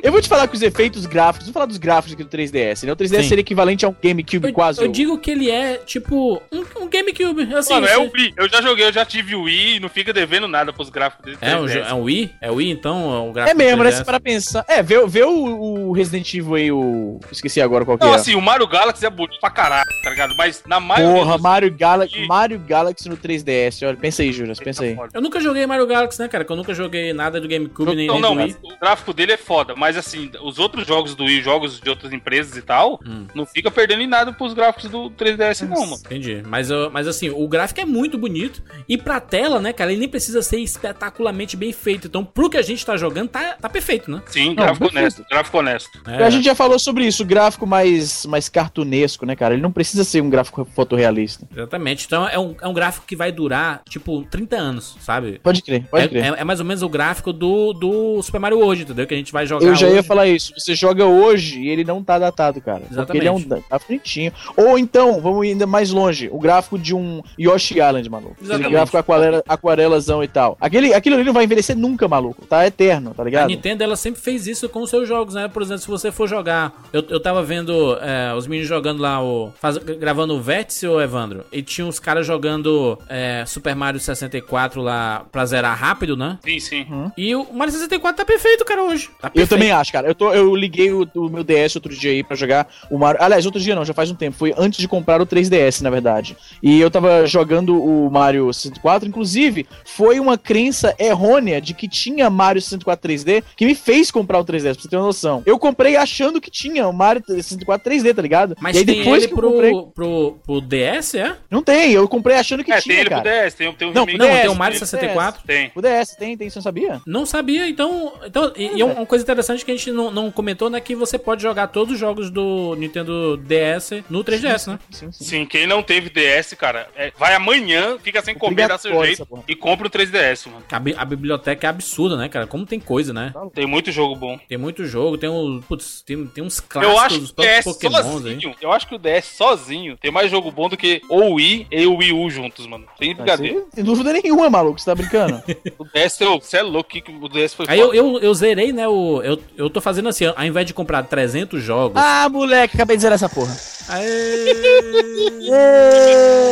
Eu vou te falar que os efeitos gráficos, vou falar dos gráficos aqui do 3DS, né? O 3DS Sim. seria equivalente a um GameCube Eu, quase. eu digo que ele é tipo um, um GameCube, assim. mano, você- é o Wii. Eu já joguei, eu já tive o Wii e não fica devendo nada pros gráficos dele. É um, jo- é um Wii? É o Wii, então? É, um É gráfico mesmo, né? 3DS? Se para pensar. É, vê, vê o, o Resident Evil aí, o. Esqueci agora qual que Não, é. assim, o Mario Galaxy é bonito pra caralho, tá ligado? Mas na maioria. Porra, dos- Mario, Gala E- Mario Galaxy no 3DS. Olha, pensa aí, Juras, pensa tá aí. Eu nunca joguei Mario Galaxy, né, cara? Que eu nunca joguei nada do GameCube nem, Então, nem não, do Wii. mas o gráfico dele é foda, mas assim, os outros jogos do Wii, jogos de outras empresas e tal, Hum. não fica perdendo em nada pros gráficos do 3DS, não, mano. Entendi. Mas, eu- mas assim, o gráfico é muito bonito. E pra tela, né, cara, ele nem precisa ser espetacularmente bem feito. Então, pro que a gente tá jogando, tá, tá perfeito, né? Sim, Não, gráfico perfeito. honesto, gráfico honesto. É, A gente já falou sobre isso, o gráfico mais, mais cartunesco, né, cara? Ele não precisa ser um gráfico fotorrealista. Exatamente. Então, é um, é um gráfico que vai durar, tipo, 30 anos, sabe? Pode crer, pode É, crer. é- é mais ou menos o gráfico do, do Super Mario World, entendeu? Que a gente vai jogar Eu já ia hoje. falar isso. Você joga hoje e ele não tá datado, cara. Porque Exatamente. ele é um da- tá fritinho. Ou então, vamos ir ainda mais longe, o gráfico de um Yoshi Island, maluco. Exatamente. Aquele gráfico aquarela, aquarelazão e tal. Aquele, aquilo ali não vai envelhecer nunca, maluco. Tá eterno, tá A ligado? Nintendo ela sempre fez isso com os seus jogos, né? Por exemplo, se você for jogar. Eu, eu tava vendo é, os meninos jogando lá o. faz- gravando o Vértice ou Evandro. E tinha uns caras jogando é, Super Mario 64 lá pra zerar rápido, né? Sim, sim. E o Mario 64 tá perfeito, cara, hoje. Tá Eu perfeito. também acho, cara. Eu, tô, eu liguei o, o meu DS outro dia aí pra jogar o Mario. Aliás, outro dia não, já faz um tempo. Foi antes de comprar o 3DS, na verdade. E eu tava jogando o Mario 64. Inclusive, foi uma crença errônea de que tinha Mario 64 3D que me fez comprar o 3DS, pra você ter uma noção. Eu comprei achando que tinha o Mario 64 3D, tá ligado? Mas e aí tem depois ele que eu comprei. pro, pro, pro DS, é? Não tem, eu comprei achando que é, tinha, tem ele cara. pro DS, tem, tem um Não, Não, DS, tem o Mario tem 64. Tem. O DS tem, tem, você não sabia? Não sabia, então. então e, e é uma coisa interessante que a gente não, não comentou, né? Que você pode jogar todos os jogos do Nintendo DS no 3DS, né? Sim, sim. Sim, quem não teve DS, cara, é, vai amanhã, fica sem comer, dá seu Obrigatório jeito essa porra. e compra o 3DS, mano. A, bi- a biblioteca é absurda, né, cara? Como tem coisa, né? Tem muito jogo bom. Tem muito jogo, tem um. Putz, tem, tem uns eu clássicos acho dos que é o DS próprios Pokémons aí. sozinho. Eu acho que o DS sozinho sozinho tem mais jogo bom do que ou Wii e o Wii U juntos, mano. Sem brincadeira. Sem dúvida nenhuma, maluco, você tá brincando? O DS, eu- você é louco, que que o DS foi Aí eu, eu, eu zerei, né? O, eu, eu tô fazendo assim, ao invés de comprar 300 jogos. ah, moleque, acabei de zerar essa porra. Aê!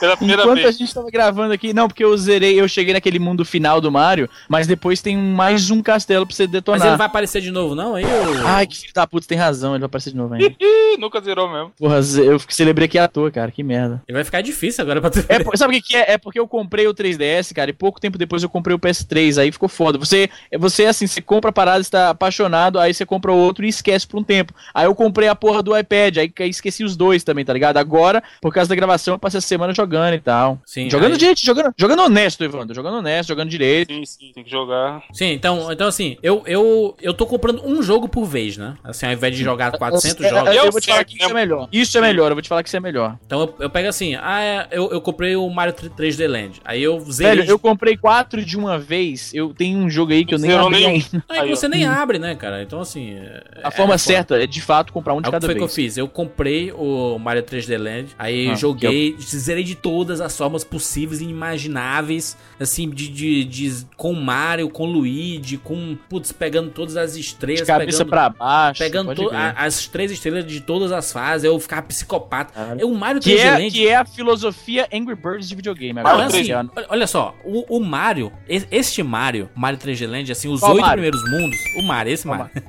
Pela primeira Enquanto vez. a gente tava gravando aqui, não, porque eu zerei, eu cheguei naquele mundo final do Mario, mas depois tem mais um castelo pra você detonar. Mas ele vai aparecer de novo, não? Aí eu... Ai, que filho da puta, tem razão, ele vai aparecer de novo ainda. Ih, nunca zerou mesmo. Porra, ze- eu celebrei aqui à toa, cara, que merda. Ele vai ficar difícil agora pra tu. É, por- sabe o que, que é? É porque eu comprei o 3DS, cara, e pouco tempo depois eu comprei o PS3, aí ficou foda. Você, você assim, você compra a parada, está apaixonado, aí você compra o outro e esquece por um tempo. Aí eu comprei a porra do iPad, aí que- aí esqueci os dois também, tá ligado? Agora, por causa da gravação, eu passei a semana jogando e tal. Sim, jogando aí- direito, jogando, jogando honesto, Evandro, jogando honesto, jogando direito. Sim, sim, tem que jogar. Sim, então, então assim, eu, eu, eu tô comprando um jogo por vez, né? Assim, ao invés de jogar 400 É, jogos. um Eu, Eu vou te falar sei, que isso é melhor. Isso é melhor, eu vou te falar que isso é melhor. Então eu, eu pego assim, ah, é, eu, eu comprei o Mario 3D Land. Aí eu zerei. Velho, eu comprei quatro de uma vez, eu tenho um jogo aí que eu nem Zerou abri nenhum. ainda. Aí, Aí, ó. você nem abre, né, cara? Então, assim. é- A forma é certa é, de fato, comprar um Aí de o que cada foi que eu vez. fiz? Eu comprei o Mario 3D Land, aí Ah, joguei, zerei de todas as formas possíveis e inimagináveis, assim, de, de, de- com Mario, com Luigi, com, putz, pegando todas as De estrelas, cabeça pegando, pra baixo. pegando pode to- ver. a- as três estrelas de todas as fases, eu ficava psicopata. Caralho. É o Mario 3D Que é, Land... que é a filosofia Angry Birds de videogame. Não, é Agora, Mario assim, Esse ano. olha- olha só, o, o Mario, es- este Mario, Mario 3D Land, assim, os Qual oito Mario? primeiros mundos, o Mario, esse Qual Ah. Mario,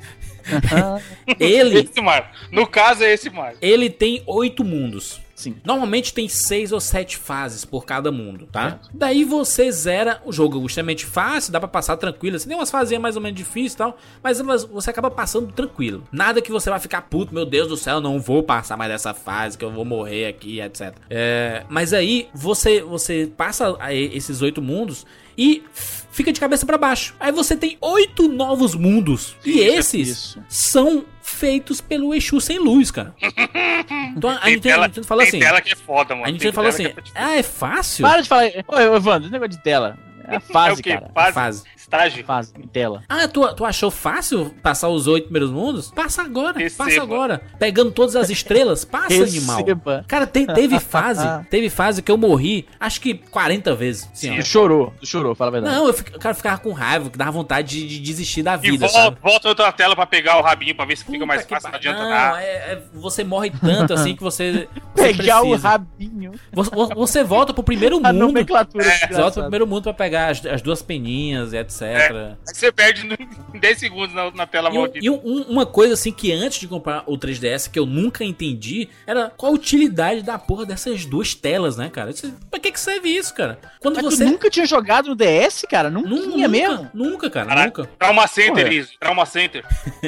ele, Esse Mario. No caso, é esse Mario. ele tem oito mundos. Sim. Normalmente tem seis ou sete fases por cada mundo, tá? Daí você zera o jogo justamente fácil, dá pra passar tranquilo. Você tem umas fases mais ou menos difíceis e tal, mas elas- você acaba passando tranquilo. Nada que você vai ficar puto, meu Deus do céu, eu não vou passar mais dessa fase, que eu vou morrer aqui, etc. É, mas aí você você passa aí esses oito mundos e f- fica de cabeça pra baixo. Aí você tem oito novos mundos. E é esses Isso. são feitos pelo Exu sem luz, cara. Então a Tem Nintendo, a tela- Nintendo falou assim. Tem tela que é foda, mano. A gente Tem falou assim, tela que é- ah, é fácil? Para de falar. Ô, Evandro, esse negócio de tela. É a é fase, o quê? cara. Fase. Fase? Estágio? Fase, em tela. Ah, tu, tu achou fácil passar os oito primeiros mundos? Passa agora, Receba. passa agora. Pegando todas as estrelas, passa, animal. Receba. Cara, te- teve fase, teve fase que eu morri, acho que 40 vezes. Sim, ó. Tu chorou, tu chorou, fala a verdade. Não, eu, fico, cara, eu ficava com raiva, que dava vontade de, de desistir da E vida, sabe? volta, volta outra tela pra pegar o rabinho pra ver se fica Puta mais que fácil, pa- não adianta não, nada. é- é- você morre tanto assim que você. você Pegar o precisa. rabinho. Você, você volta pro primeiro A mundo. É, nomenclatura. Ah, que Você volta é pro engraçado. primeiro mundo pra pegar as, as duas peninhas, etc. Aí Você perde no- em 10 segundos na, na tela E, um- É, maldita. e um- uma coisa assim que antes de comprar o 3DS que eu nunca entendi era qual a utilidade da porra dessas duas telas, né, cara? Isso, pra que, que serve isso, cara? Quando Mas você. tu nunca tinha jogado no DS, cara? Não Nu- tinha mesmo? Nunca, cara, Caraca. nunca. Trauma Center, Porra. isso. Trauma Center.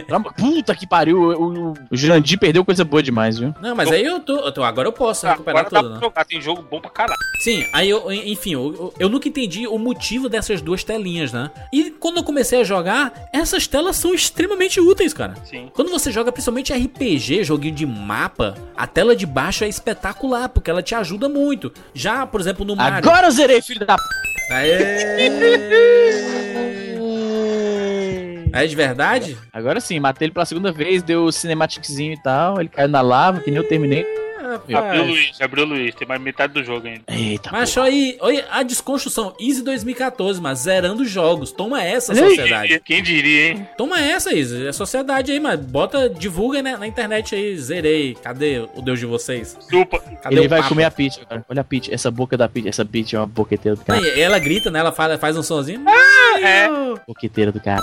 Drama- Puta que pariu, o, o- o Jurandir perdeu coisa boa demais, viu? Não, mas aí eu tô. eu tô- agora eu posso recuperar Ah, Agora tudo, dá pra né? jogar. Tem jogo bom pra caralho. Sim, aí eu, enfim, eu, eu- eu nunca entendi o motivo dessas duas telinhas, né? E quando eu comecei a jogar, essas telas são extremamente úteis, cara. Sim. Quando você joga principalmente RPG, joguinho de mapa, a tela de baixo é espetacular, porque ela te ajuda muito. Já, por exemplo, no Mario. Agora eu zerei, filho da p. Aê! É de verdade? Agora sim, matei ele pela segunda vez, deu o cinematiczinho e tal, ele caiu na lava, que nem eu terminei. É. Abriu o Rapaz. Luiz, abriu o Luiz. Tem mais metade do jogo ainda. Eita. Mas olha aí, olha a desconstrução. Easy 2014, mas zerando jogos. Toma essa, Olha aí. sociedade. Quem diria, hein? Toma essa, Easy. É sociedade aí, mas bota, divulga né, na internet aí. Zerei. Cadê o Deus de vocês? Chupa. Cadê Ele o vai Papa? comer a Peach, cara. Olha a Peach, essa boca da Peach, essa Peach é uma boqueteira do Não, cara. e ela grita, né? Ela fala, faz um sonzinho. é. Mario! Boqueteira do cara.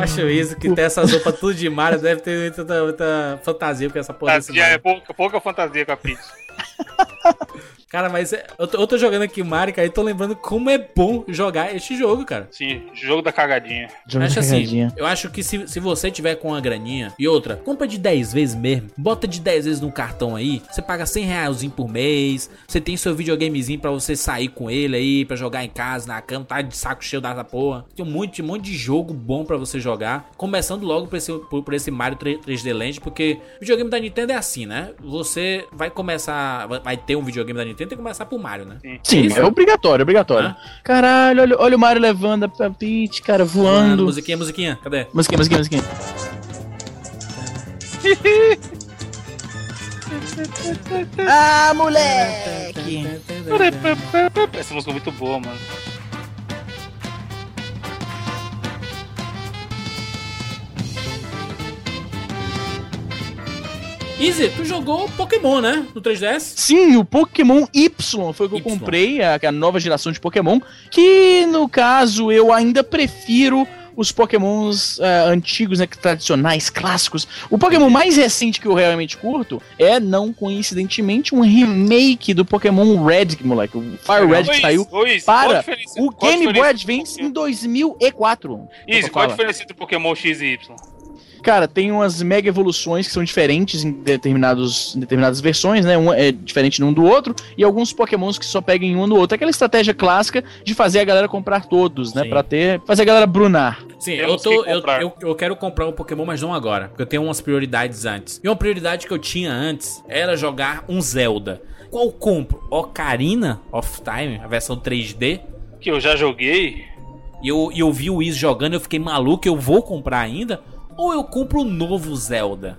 Acho isso que ter essas roupas tudo de Mario deve ter muita, muita fantasia com essa porra desse Fantasia, é Mario. pouca, pouca fantasia com a Peach. Cara, mas é- eu tô, eu tô jogando aqui Mario, cara, e tô lembrando como é bom jogar este jogo, cara. Sim, jogo da cagadinha. Jogo acho de assim, cagadinha. eu acho que se, se você tiver com uma graninha e outra, compra de 10 vezes mesmo, bota de 10 vezes num cartão aí, você paga 100 reais por mês, você tem seu videogamezinho pra você sair com ele aí, pra jogar em casa, na cama, tá de saco cheio dessa porra. Tem um monte, um monte de jogo bom pra você jogar, começando logo por esse, por, por esse Mario 3, 3D Land, porque videogame da Nintendo é assim, né? Você vai começar, vai- vai ter um videogame da Nintendo, tem que começar por Mario, né? Sim, Isso. é obrigatório, é obrigatório. Caralho, olha, olha o Mario levando a- a Peach, cara, voando. Musiquinha, musiquinha, cadê? Musiquinha, musiquinha, musiquinha. Ah, moleque! Essa música é muito boa, mano. Easy, tu jogou Pokémon, né? No 3DS? Sim, o Pokémon Y foi o que eu Y. comprei, a, a nova geração de Pokémon, que no caso eu ainda prefiro os Pokémons ah, antigos, né, que tradicionais, clássicos. O Pokémon mais recente que eu realmente curto é, não coincidentemente, um remake do Pokémon Red, moleque. O Fire Red que saiu Luiz, para diferença- o qual a Game Boy diferença Advance em entre 2004. Pokémon- Izzy, qual a Fala. diferença entre Pokémon X e Y? Cara, tem umas mega evoluções que são diferentes em, determinados, em determinadas versões, né? Um é diferente num do outro, e alguns pokémons que só pegam em um no outro. Aquela estratégia clássica de fazer a galera comprar todos, né? Sim. Pra ter. Fazer a galera brunar. Sim, eu, Temos tô, que eu, comprar. eu, eu quero comprar o Pokémon, mas não agora. Porque eu tenho umas prioridades antes. E uma prioridade que eu tinha antes era jogar um Zelda. Qual eu compro? Ocarina of Time, a versão 3D. Que eu já joguei. E eu, e eu vi o Wiz jogando, eu fiquei maluco, eu vou comprar ainda? Ou eu compro o novo Zelda?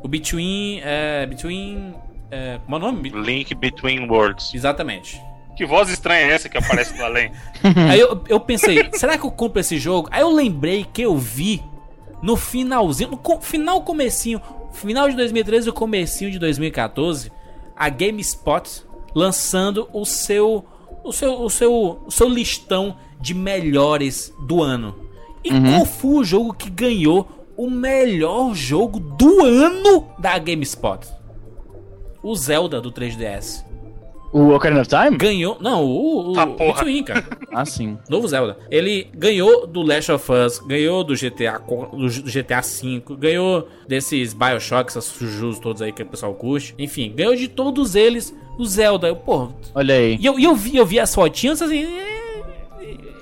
O Between. É, Between. É, como é o nome? Hum. Be- Link Between Worlds. Exatamente. Que voz estranha é essa que aparece do além? Aí eu, eu pensei, será que eu compro esse jogo? Aí eu lembrei que eu vi no finalzinho, no co- final comecinho, final de 2013 e comecinho de 2014, a GameSpot lançando o seu o seu o seu o seu listão de melhores do ano. E qual foi o jogo que ganhou o melhor jogo do ano da GameSpot? O Zelda do 3DS. O Ocarina of Time? Ganhou. Não, o. o Ah, porra. Between, cara. Ah, sim. Novo Zelda. Ele ganhou do Last of Us, ganhou do GTA, co- do G- GTA V, ganhou desses Bioshock, essas sujus todos aí que o pessoal curte. Enfim, ganhou de todos eles o Zelda. Eu, pô, Olha aí. e eu, e eu vi, eu vi as fotinhas assim.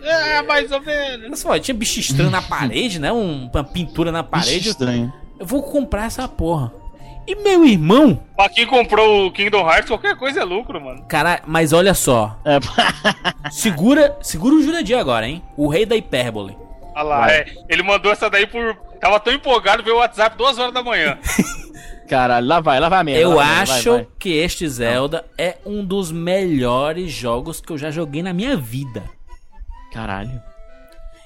é, é, mais ou menos. As fotinhas, bicho estranho na parede, né? Um- uma pintura na Ixi, parede. estranho. Eu vou comprar essa porra. E meu irmão, Pra quem comprou o Kingdom Hearts, qualquer coisa é lucro, mano. cara, mas olha só. É, Segura, segura o Jurandir agora, hein? O rei da hipérbole. Olha lá, Vai. é, ele mandou essa daí por. Tava tão empolgado, veio o WhatsApp duas horas da manhã. caralho, lá vai, lá vai mesmo. Eu lá vai, acho vai, vai. que este Zelda é um dos melhores jogos que eu já joguei na minha vida. Caralho.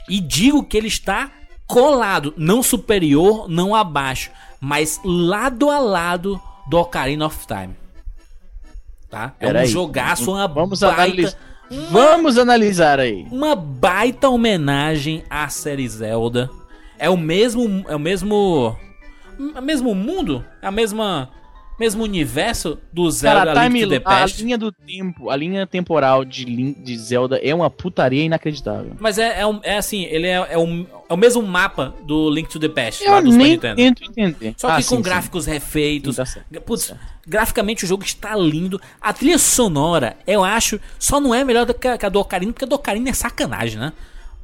E digo que ele está colado, não superior, não abaixo, mas lado a lado do Ocarina of Time. Tá? É um Peraí. jogaço, uma Vamos baita, Hum. analisar. Vamos analisar aí. uma baita homenagem à série Zelda. É o mesmo, é o mesmo, é o mesmo mundo, é a mesma, mesmo universo do Zelda Cara, a, Link to time, the a Past. linha do tempo, a linha temporal de, Lin- de Zelda é uma putaria inacreditável. Mas é, é, um- é assim, ele é, é, um- é o mesmo mapa do Link to the Past lá Eu do Super nem Nintendo. tento entender. Só que Ah, com sim, sim. gráficos Sim, refeitos. tá certo. Putz, graficamente o jogo está lindo. A trilha sonora, eu acho, só não é melhor do que a, que a do Ocarina, porque a do Ocarina é sacanagem, né?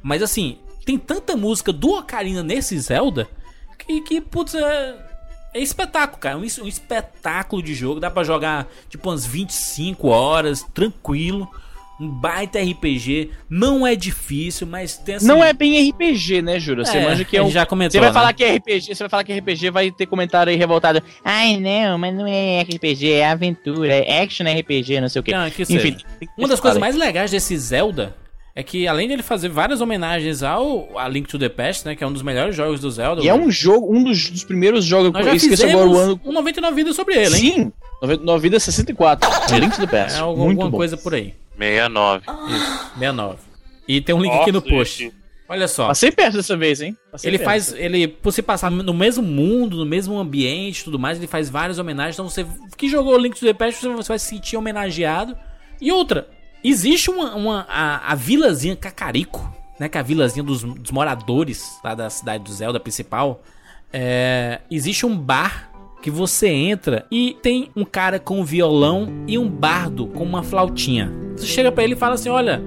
Mas assim, tem tanta música do Ocarina nesse Zelda que, que putz, é, é espetáculo, cara. Um, es- um espetáculo de jogo. Dá pra jogar tipo umas 25 horas, tranquilo. Um baita RPG. Não é difícil, mas tem assim. Não é bem RPG, né, Jura? Você É, manja que é ele um... já comentou. Você vai né? falar que é RPG, você vai falar que é RPG, vai ter comentário aí revoltado. Ai, não, mas não é RPG, é aventura, é action RPG, não sei o quê. Ah, que seja. Enfim, Uma das coisas fala aí. mais legais desse Zelda é que além dele fazer várias homenagens ao a Link to the Past, né, que é um dos melhores jogos do Zelda. E é um jogo, um dos, dos primeiros jogos nós que eu já esqueci fizemos agora o ano. um 99 vidas sobre ele, hein? Sim, 99 vida 64. Gerente do PS. É algo- Muito alguma bom. coisa por aí. 69. 69. E tem um link aqui no Nossa, post. gente. Olha só. Passei perto dessa vez, hein? Passei Ele perto. faz, ele, por se passar no mesmo mundo, no mesmo ambiente e tudo mais, ele faz várias homenagens. Então, você que jogou Link to the Past, você- você vai se sentir homenageado. E outra, existe uma, uma- a, a vilazinha Cacarico, né? Que é a vilazinha dos, dos moradores lá da cidade do Zelda principal. É, existe um bar que você entra e tem um cara com um violão e um bardo com uma flautinha. Você chega pra ele e fala assim: Olha,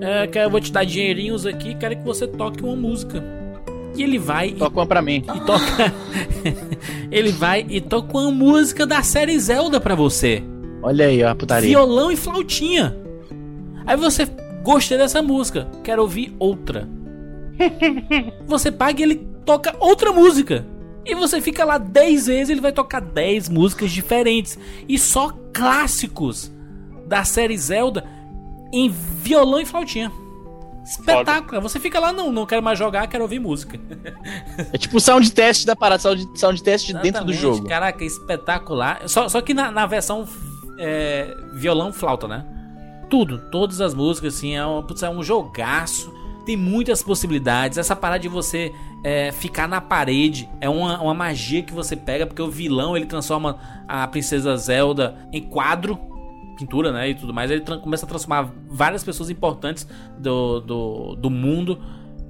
é, que eu vou te dar dinheirinhos aqui, quero que você toque uma música. E ele vai e Toca uma pra mim. e toca. ele vai e toca uma música da série Zelda pra você. Olha aí, ó, a putaria. Violão e flautinha. Aí você gostei dessa música, quero ouvir outra. você paga e ele toca outra música. E você fica lá 10 vezes, ele vai tocar 10 músicas diferentes. E só clássicos da série Zelda em violão e flautinha. Espetáculo, cara. Você fica lá, não, não quero mais jogar, quero ouvir música. É tipo o sound test da parada, sound, sound test dentro do Exatamente, jogo. Caraca, espetacular. Só, só que na, na versão é, violão flauta, né? Tudo, todas as músicas, assim, é um, putz, é um jogaço. Tem muitas possibilidades. Essa parada de você é, ficar na parede é uma, uma magia que você pega, porque o vilão ele transforma a princesa Zelda em quadro, pintura, né? E tudo mais. Ele tran- começa a transformar várias pessoas importantes do, do, do mundo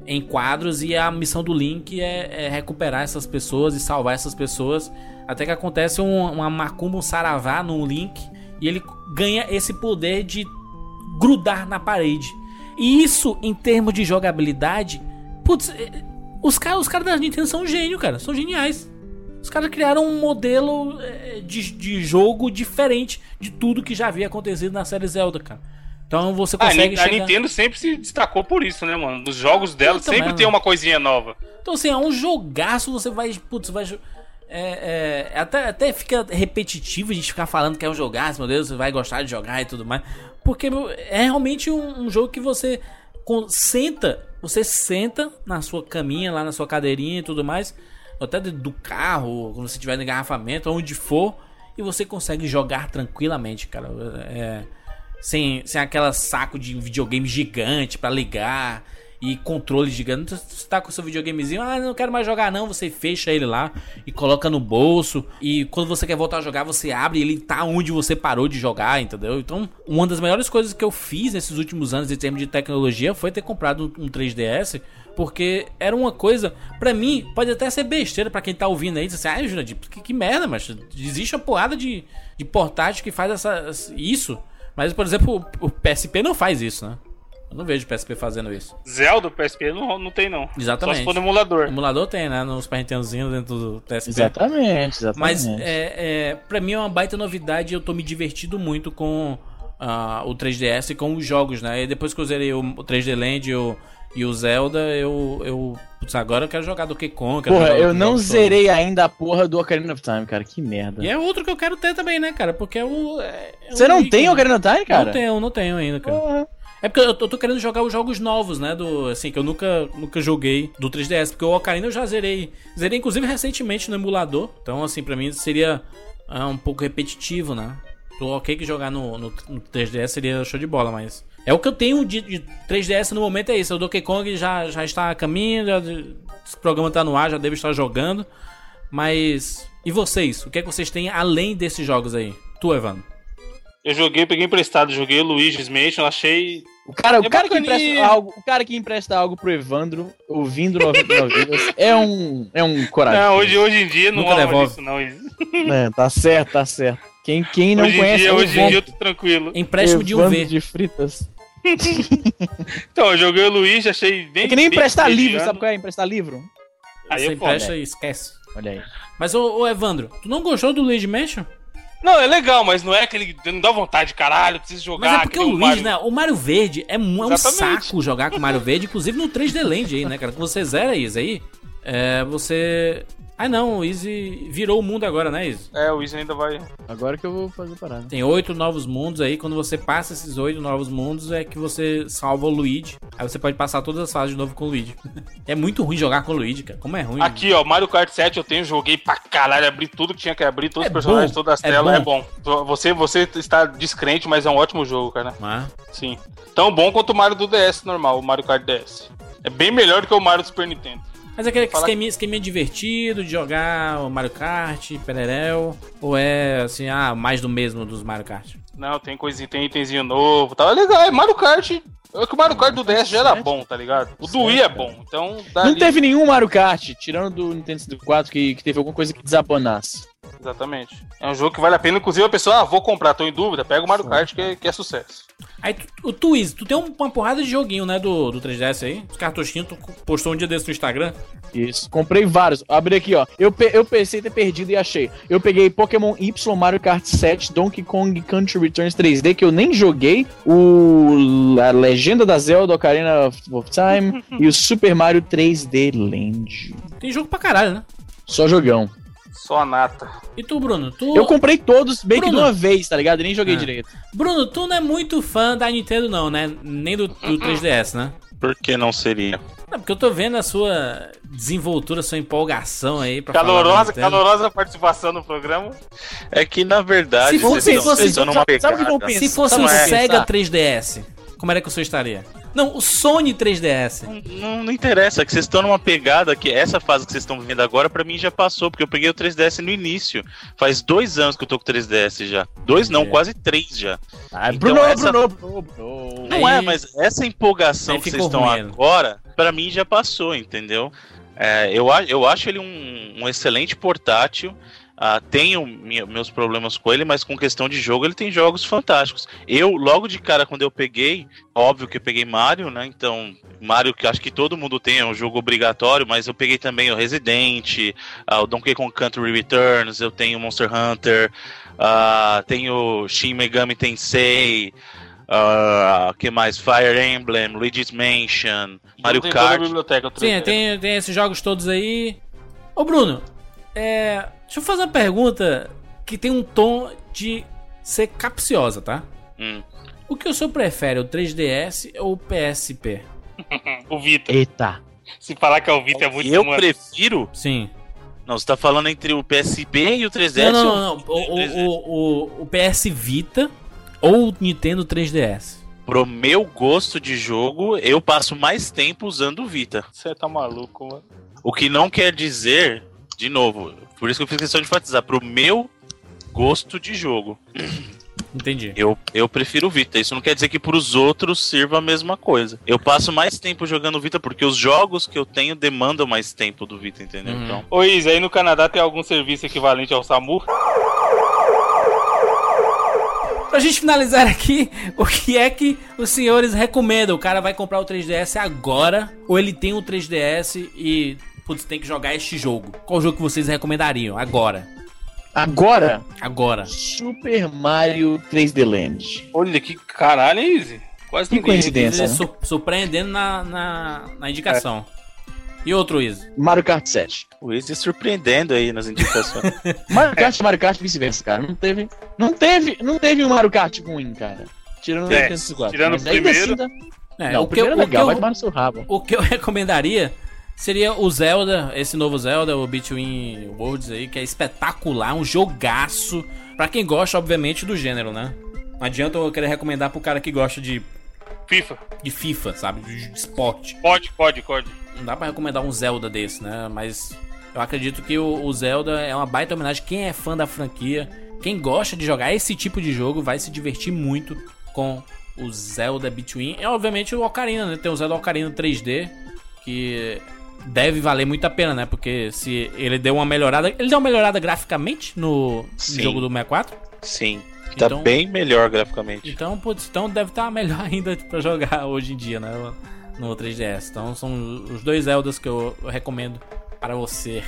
em quadros e a missão do Link é, é recuperar essas pessoas e salvar essas pessoas até que acontece um, uma macumba, um saravá no Link e ele ganha esse poder de grudar na parede. E isso, em termos de jogabilidade, putz, eh, os caras os cara da Nintendo são um gênio, cara, são geniais. Os caras criaram um modelo eh, de, de jogo diferente de tudo que já havia acontecido na série Zelda, cara. Então você Ah, a, consegue Nin- a chegar... Nintendo sempre se destacou por isso, né, mano? Nos jogos dela Muito sempre mesmo. tem uma coisinha nova. Então, assim, é um jogaço, você vai. Putz, vai. jo- É, é, até, até fica repetitivo a gente ficar falando que é um jogaço, meu Deus, você vai gostar de jogar e tudo mais. Porque meu, é realmente um, um jogo que você con- senta, você senta na sua caminha, lá na sua cadeirinha e tudo mais, ou até dentro do carro, quando você estiver no engarrafamento, onde for, e você consegue jogar tranquilamente, cara. É, sem, sem aquela saco de videogame gigante pra ligar e controle gigante. Então, Você tá com seu videogamezinho, ah, não quero mais jogar não, você fecha ele lá e coloca no bolso e quando você quer voltar a jogar, você abre e ele tá onde você parou de jogar, entendeu? Então, uma das melhores coisas que eu fiz nesses últimos anos em termos de tecnologia foi ter comprado um 3DS, porque era uma coisa, pra mim, pode até ser besteira pra quem tá ouvindo aí, diz assim, ai, Jurandir, que, que merda, mas existe uma porrada de, de portátil que faz essa, isso. Mas, por exemplo, o o PSP não faz isso, né? Eu não vejo o PSP fazendo isso. Zelda, PSP não, não tem, não. Só Exatamente. se for no O emulador. emulador tem, né? Nos Nintendozinho dentro do PSP. Exatamente, exatamente. Mas é, é, pra mim é uma baita novidade e eu tô me divertindo muito com ah, o 3DS e com os jogos, né? E depois que eu zerei o, o 3D Land e o, e o Zelda, eu. eu putz, agora eu quero jogar Donkey Kong. quero Porra, jogar eu outros não jogos todos. zerei ainda a porra do Ocarina of Time, cara. Que merda. E é outro que eu quero ter também, né, cara? Porque é o. é- é Você um não ícone. tem Ocarina of Time, cara? Não tenho, não tenho ainda, cara. Porra. É porque eu tô eu tô querendo jogar os jogos novos, né? Do, assim, que eu nunca, nunca joguei do 3DS. Porque o Ocarina eu já zerei. Zerei, inclusive, recentemente no emulador. Então, assim, pra mim seria ah, um pouco repetitivo, né? Tô ok que jogar no, no, no 3DS seria show de bola, mas... É o que eu tenho de, de 3DS no momento, é isso. O Donkey Kong já, já está a caminho, já, esse programa tá no ar, já devo estar jogando. Mas... E vocês? O que é que vocês têm além desses jogos aí? Tu, Evandro. Eu joguei, peguei emprestado, joguei Luigi's Mansion, achei. O cara, o, É cara que bacaninha. empresta algo, o cara que empresta algo pro Evandro, ouvindo 99 vidas, é um, é um coragem. Não, hoje, hoje em dia não Nunca rola devolve. isso, não. Isso. É, tá certo, tá certo. Quem, quem não Hoje em conhece é dia, o hoje em Evandro- dia eu tô um tranquilo. Empréstimo de um Evandro UV. de fritas. Então, eu joguei o Luigi, achei bem. É que nem bem emprestar livro, mediano. sabe qual é? Emprestar livro? Aí Você é foda. empresta e esquece. Olha aí. Mas, ô, ô, Evandro, tu não gostou do Luigi Mansion? Não, é legal, mas não é aquele. Não dá vontade, caralho, preciso jogar. Mas é porque Ah, que o nem Luigi, Mario. né? O Mario Verde é, mu- é um Exatamente. saco jogar com o Mario Verde, inclusive no 3D Land aí, né, cara? Que você zera isso aí, é, você. Ah, não, o Easy virou o mundo agora, né, Easy? É, o Luigi ainda vai. Agora que eu vou fazer a parada. Tem oito novos mundos aí. Quando você passa esses oito novos mundos, é que você salva o Luigi. Aí você pode passar todas as fases de novo com o Luigi. É muito ruim jogar com o Luigi, cara. Como é ruim. Aqui, ó, Mario Kart 7 eu tenho, joguei pra caralho, abri tudo que tinha que abrir, todos É os personagens, bom, todas as é telas, é bom. Você, você está descrente, mas é um ótimo jogo, cara. Ah, Sim. Tão bom quanto o Mario do DS normal, o Mario Kart DS. É bem melhor do que o Mario do Super Nintendo. Mas é aquele Fala- esqueminha, esqueminha divertido de jogar o Mario Kart, Pererel, ou é assim, ah, mais do mesmo dos Mario Kart? Não, tem coisinha, tem itemzinho novo, tá É legal, é Mario Kart. É que o Mario Kart do DS já era bom, tá ligado? O do Wii é bom, então dá Não ali- teve nenhum Mario Kart, tirando do Nintendo 64, que, que teve alguma coisa que desabonasse. Exatamente. É um jogo que vale a pena, inclusive a pessoa, ah, vou comprar, tô em dúvida, pega o Mario Kart que é, que é sucesso. Aí tu, o Twiz, tu tem um, uma porrada de joguinho, né, do, do 3DS aí? Os cartuchinhos, tu postou um dia desse no Instagram. Isso. Comprei vários. Abri aqui, ó. Eu, pe- eu pensei em ter perdido e achei. Eu peguei Pokémon Y, Mario Kart 7, Donkey Kong Country Returns 3D, que eu nem joguei. O A Legenda da Zelda, Ocarina of of Time. e o Super Mario 3D Land. Tem jogo pra caralho, né? Só jogão. Só a nata. E tu, Bruno? Tu... Eu comprei todos meio que de Bruno. uma vez, tá ligado? E nem joguei É. direito. Bruno, tu não é muito fã da Nintendo, não, né? Nem do, do 3DS, né? Por que não seria? Não, porque eu tô vendo a sua desenvoltura, a sua empolgação aí pra falar da Calorosa, Nintendo. calorosa participação no programa. É que na Se verdade fosse- vocês estão se fosse- pensando numa sabe o que eu pegada. penso? Se fosse Não um é. Sega 3DS, como era que o senhor estaria? Não, o Sony 3DS. Não, não interessa, é que vocês estão numa pegada que essa fase que vocês estão vivendo agora, pra mim já passou, porque eu peguei o 3DS no início. Faz dois anos que eu tô com o 3DS já. Dois não, É. quase três já. Ah, Então Bruno, essa- Bruno, Bruno, Bruno. Não Aí- é, mas essa empolgação aí que vocês ficou estão ruim, né? agora, pra mim já passou, entendeu? É, eu, a- eu acho ele um, um excelente portátil. ah, tenho minha- meus problemas com ele, mas com questão de jogo, ele tem jogos fantásticos. Eu, logo de cara, quando eu peguei, óbvio que eu peguei Mario, né? Então, Mario, que acho que todo mundo tem, é um jogo obrigatório, mas eu peguei também o Resident, ah, o Donkey Kong Country Returns, eu tenho Monster Hunter, ah, tenho Shin Megami Tensei, ah, que mais? Fire Emblem, Luigi's Mansion, Mario Tem toda a Kart. biblioteca, eu tô Sim, vendo. tem, tem esses jogos todos aí. Ô, Bruno, é, deixa eu fazer uma pergunta que tem um tom de ser capciosa, tá? Hum. O que o senhor prefere, o 3DS ou o PSP? O Vitor. Eita. Se falar que é o Vitor é muito eu humano. prefiro. Sim. Não, você tá falando entre o PSP e o 3DS? Não, não, ou- não, não. O, o, o, o- o PS Vita ou o Nintendo 3DS? Pro meu gosto de jogo, eu passo mais tempo usando o Vita. Você tá maluco, mano. O que não quer dizer, de novo, por isso que eu fiz questão de enfatizar, pro meu gosto de jogo, Entendi. eu, eu prefiro o Vita. Isso não quer dizer que pros outros sirva a mesma coisa. Eu passo mais tempo jogando Vita porque os jogos que eu tenho demandam mais tempo do Vita, entendeu? Uhum. Então, Ô Isa, aí no Canadá tem algum serviço equivalente ao SAMU? Pra gente finalizar aqui, o que é que os senhores recomendam? O cara vai comprar o 3DS agora ou ele tem o 3DS e putz, tem que jogar este jogo? Qual jogo que vocês recomendariam agora? Agora, Agora. Super Mario 3D Land. Olha que caralho, hein, Izzy? Quase Que ninguém. coincidência, né? Sur- surpreendendo na, na, na indicação. É. E outro, Izzy? Mario Kart 7. o Easy surpreendendo aí nas indicações. Mario Kart, Mario Kart, vice-versa, cara. Não teve, não teve, não teve um Mario Kart ruim, cara. Tirando o É, 64. tirando Mas o ainda assim primeiro. dá- É, não, o, o, que, eu- primeiro o, é legal, vai que eu, tomar no seu rabo. o que eu recomendaria seria o Zelda, esse novo Zelda, o Between Worlds aí, que é espetacular, um jogaço. Pra quem gosta, obviamente, do gênero, né? Não adianta eu querer recomendar pro cara que gosta de FIFA. de FIFA, sabe? De esporte. Pode, pode, pode. Não dá pra recomendar um Zelda desse, né? Mas eu acredito que o, o Zelda é uma baita homenagem. Quem é fã da franquia, quem gosta de jogar esse tipo de jogo, vai se divertir muito com o Zelda Between. E obviamente o Ocarina, né? Tem o Zelda Ocarina 3D, que deve valer muito a pena, né? Porque se ele deu uma melhorada. Ele deu uma melhorada graficamente no, no Sim. jogo do 64. Sim. Tá Então- bem melhor graficamente. Então, putz, então deve estar melhor ainda pra jogar hoje em dia, né? No 3DS. Então são os dois Zeldas que eu eu recomendo para você.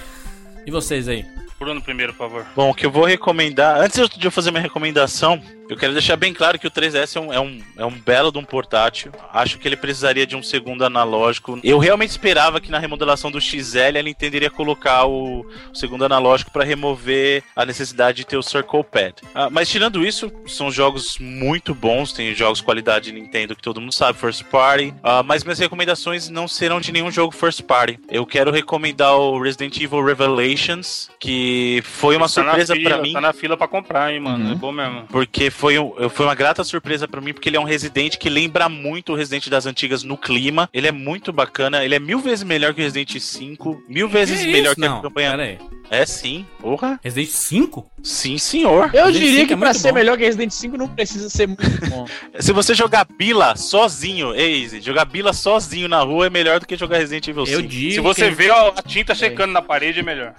E vocês aí? Bruno primeiro, por favor. Bom, o que eu vou recomendar. Antes de eu fazer minha recomendação, eu quero deixar bem claro que o 3DS é um, é um, é um belo de um portátil. Acho que ele precisaria de um segundo analógico. Eu realmente esperava que na remodelação do XL a Nintendo iria colocar o, o segundo analógico para remover a necessidade de ter o Circle Pad. Ah, mas tirando isso, são jogos muito bons, tem jogos qualidade Nintendo que todo mundo sabe, First Party. Ah, mas minhas recomendações não serão de nenhum jogo First Party. Eu quero recomendar o Resident Evil Revelations, que foi uma surpresa na fila, para mim. Tá na fila pra comprar, hein, mano. Uhum. É bom mesmo. Porque foi, um, eu- foi uma grata surpresa pra mim, porque ele é um Resident que lembra muito o Resident das antigas no clima. Ele é muito bacana, ele é mil vezes melhor que o Resident 5, mil vezes melhor que Não, a campanha. pera aí. É sim, porra. Resident 5? Sim, senhor. Eu Resident diria cinco que é pra muito ser bom. melhor que Resident 5 não precisa ser muito bom. Se você jogar Bila sozinho, ei, Izzy, jogar Bila sozinho na rua é melhor do que jogar Resident Evil 5. Eu digo. Se você que- vê ó, a tinta checando na parede, é melhor.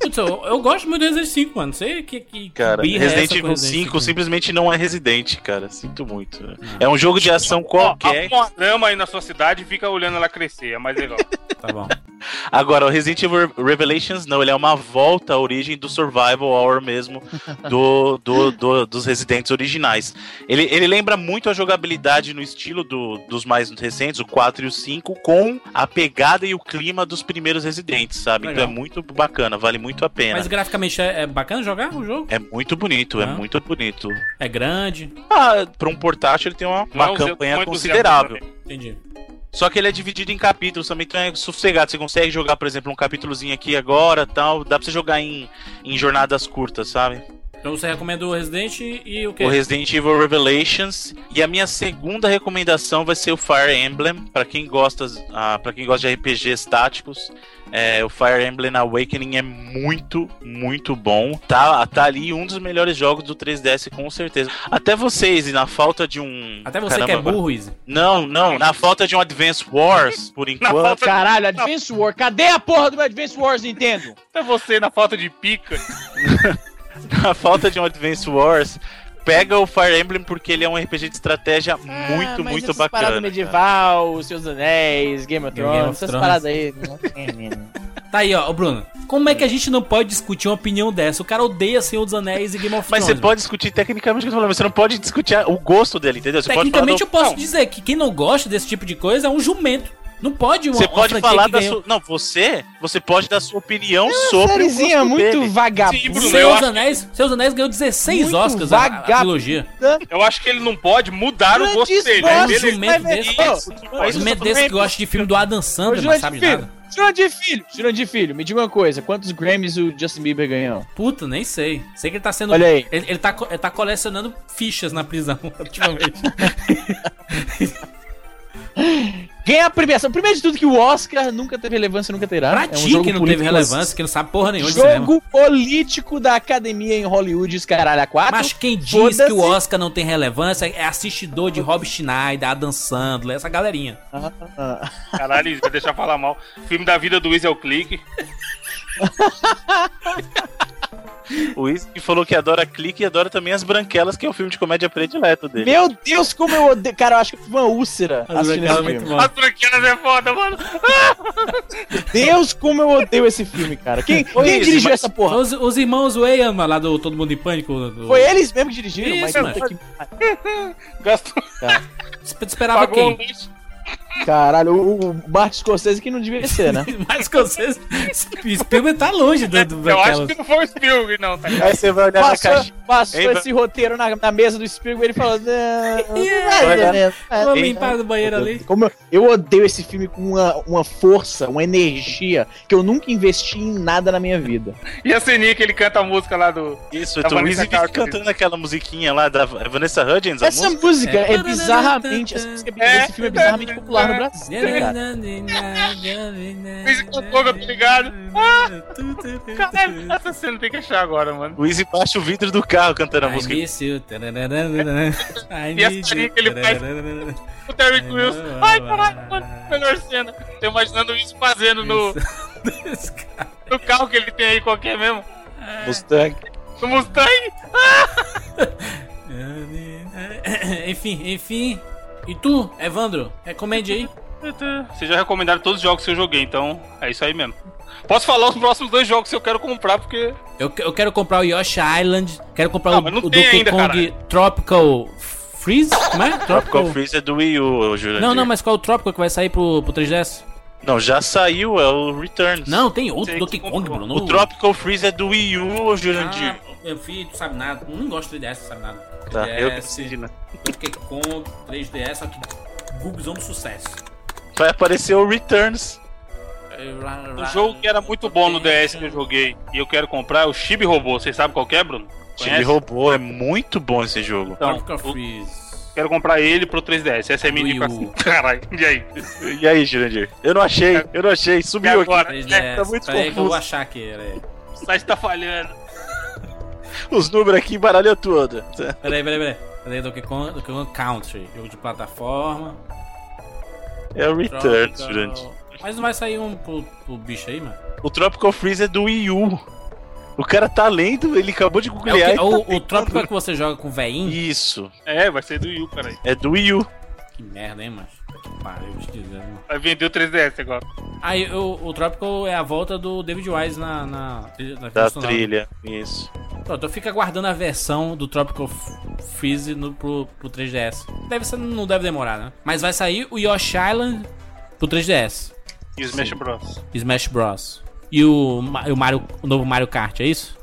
Putz, eu, eu gosto muito do Resident 5, mano. Não sei que, que Cara, birra é Resident essa com Evil 5 simplesmente não é Resident, cara. Sinto muito. Ah. É um jogo de ação Ó, qualquer. arruma uma grama aí na sua cidade e fica olhando ela crescer. É mais legal. Tá bom. Agora, o Resident Evil Revelations não, ele é uma volta à origem do Survival Horror mesmo, do, do, do- dos residentes originais. Ele, ele lembra muito a jogabilidade no estilo do- dos mais recentes, o 4 e o 5, com a pegada e o clima dos primeiros residentes, sabe? Legal. Então é muito bacana, vale muito a pena. Mas graficamente é, é bacana jogar o jogo? É muito bonito, é Ah. muito bonito. É grande. Ah, pra um portátil ele tem uma, uma Não é um né? jogo campanha muito considerável. Entendi. Só que ele é dividido em capítulos também, então é sossegado. Você consegue jogar, por exemplo, um capítulozinho aqui agora tal. Dá pra você jogar em, em jornadas curtas, sabe? Então você recomenda o Resident e o que? O Resident Evil Revelations. E a minha segunda recomendação vai ser o Fire Emblem. Pra quem gosta, ah, para quem gosta de RPGs táticos, é, o Fire Emblem Awakening é muito, muito bom. Tá, tá ali um dos melhores jogos do 3DS, com certeza. Até vocês, e na falta de um. Até você que é Caramba, burro, Izzy. Não, não. Na falta de um Advance Wars, por Na enquanto. falta, Caralho, Advance Wars, cadê a porra do meu Advance Wars, Nintendo? até É você na falta de pica. a falta de um Advance Wars, pega o Fire Emblem porque ele é um RPG de estratégia Ah, muito, muito bacana. cara. medieval, os seus anéis, Game of Game of Thrones, essas Thrones. paradas aí. né? É, Tá aí, ó, ô, Bruno. Como é que a gente não pode discutir uma opinião dessa? O cara odeia Senhor dos Anéis e Game of Mas Thrones. você pode discutir tecnicamente o que eu tô falando, mas você não pode discutir o gosto dele, entendeu? Você pode falar, Tecnicamente do- eu posso Não, dizer que quem não gosta desse tipo de coisa é um jumento. Não pode uma, você uma pode franquia falar que da ganhou. sua. Não, você. Você pode dar sua opinião sobre. O Sériezinha é gosto muito dele. Sim, vagabunda. Bruno, Senhor eu dos acho- Anéis, Senhor dos Anéis ganhou 16 Muito Oscars a- a, vagabundo. trilogia. Eu acho que ele não pode mudar o gosto dele. bosta. né? Mas Ele- o jumento desse- Mas Um É isso medo desse que gosta de filme do Adam Sandler, mas sabe de filho, nada. Jurandir Filho, Jurandir Filho, me diga uma coisa, quantos Grammys o Justin Bieber ganhou? Puta, nem sei. Sei que ele tá sendo. Olha aí. Ele, ele tá, co- ele tá colecionando fichas na prisão ultimamente. Ganhar a premiação, primeiro de tudo que o Oscar nunca teve relevância, nunca terá. né? pra ti que não teve É um político- relevância, que não sabe porra nenhuma de cinema. Jogo político da academia em Hollywood, os caralho, a quatro. Mas quem diz Foda-se. que o Oscar não tem relevância é assistidor de Rob Schneider, Adam Sandler, essa galerinha. Ah, Caralho, Izzy, vai deixar falar mal. Filme da vida do Izzy é o clique. O Whisky falou que adora clique e adora também As Branquelas, que é o filme de comédia predileto dele. Meu Deus, como eu odeio. Cara, eu acho que eu tive uma úlcera assistindo é esse filme. As tranquilas é foda, mano. Deus, como eu odeio esse filme, cara. Quem, Foi quem isso, dirigiu mas- essa porra? Os, os irmãos Wayan lá do Todo Mundo em Pânico. do- Foi eles mesmo que dirigiram? Isso, mas mano. puta que- Gastou, Espe- Esperava pagou um quem? lixo. Caralho, o, o Martin Scorsese que não devia ser, né? Mas com vocês. Spielberg tá longe do, do Eu acho daquelas. que não foi o Spielberg, não, tá ligado? Aí você vai olhar Passou, na caixa. passou Ei, esse roteiro na, na mesa do Spielberg e ele falou... "Não, mais Olha, ou menos, mais ou é. Vamos menos." limpar do banheiro ali. Como eu, eu odeio esse filme com uma, uma força, uma energia que eu nunca investi em nada na minha vida. E a ceninha que ele canta a música lá do. Isso, Da então, o Vanessa Whisky fica Carter. cantando aquela musiquinha lá da Vanessa Hudgens, a Essa música. música É. é, bizarramente. Essa música é bi- É. esse filme é bizarramente popular no Brasil, né, cara. Luiz cantou, eu tô tá ligado. Ah! Caralho, essa cena tem que achar agora, mano. O Wheezy baixa o vidro do carro cantando a música. I miss you. I E a need carinha you. que ele faz. O Terry Crews. Ai, caralho, mano. Melhor cena. Tô imaginando o Izzy fazendo no, Esse cara. no carro que ele tem aí, qualquer mesmo. Mustang. No Mustang. É, Enfim, enfim. E tu, Evandro, recomende aí? Vocês já recomendaram todos os jogos que eu joguei, então é isso aí mesmo. Posso falar os próximos dois jogos que eu quero comprar, porque Eu, que- eu quero comprar o Yoshi Island, quero comprar Não, o, mas não o tem Donkey ainda, Kong caralho. Tropical Freeze? Como é? Tropical Freeze é do Wii U, né? Júlio. Não, não, mas qual é o Tropical que vai sair pro, pro 3DS? Não, já saiu, é o Returns. Não, tem outro Sei Donkey que Kong, comprou. Bruno. O Tropical Freeze é do Wii U, Jurandir. Ah, meu filho, tu sabe nada. Não gosto do 3DS, tu sabe nada. Ah, Tá, é, eu que 3DS, decidi, né? Donkey Kong, 3DS, só que Googzão do sucesso. Vai aparecer o Returns. o Um jogo que era muito bom no né, DS que eu joguei e eu quero comprar é o Chibi Robô. Vocês sabem qual que é, Bruno? Time Conhece? robô, é muito bom esse jogo. Então, Tropical eu Freeze. quero comprar ele pro 3DS. Essa é a minha Do Wii U. indicação. Caralho, e aí? E aí, Jurandir? Eu não achei, eu não achei, E sumiu aqui. agora? É, 3DS. tá muito Peraí que eu vou confuso. achar aqui. Peraí, o site tá falhando. Os números aqui embaralhou tudo. peraí, peraí. peraí. Peraí, Donkey Kong, Donkey Kong Country. Jogo de plataforma. É o Returns, então. Tropical. Jurandir. Mas não vai sair um pro, pro bicho aí, mano? O Tropical Freeze é do Wii U. O cara tá lendo, ele acabou de É o, que- googlear. e tá o- o tentando. Tropical que você joga com o veinho? Isso, É, vai ser do Wii U, caralho. é do Wii U. Que merda, hein, mano? Puta Que pariu, eu te dizer, mano. Vai vender o 3DS agora. Aí o, o Tropical é a volta do David Wise na, na, na da trilha sonora. trilha. Isso. Pronto, eu fico aguardando a versão do Tropical F- Freeze no, pro, pro 3DS. Deve ser, não deve demorar, né? Mas vai sair o Yoshi Island pro 3DS. E Smash Bros. Smash Bros. E o, Ma- o, Mario, o novo Mario Kart, é isso?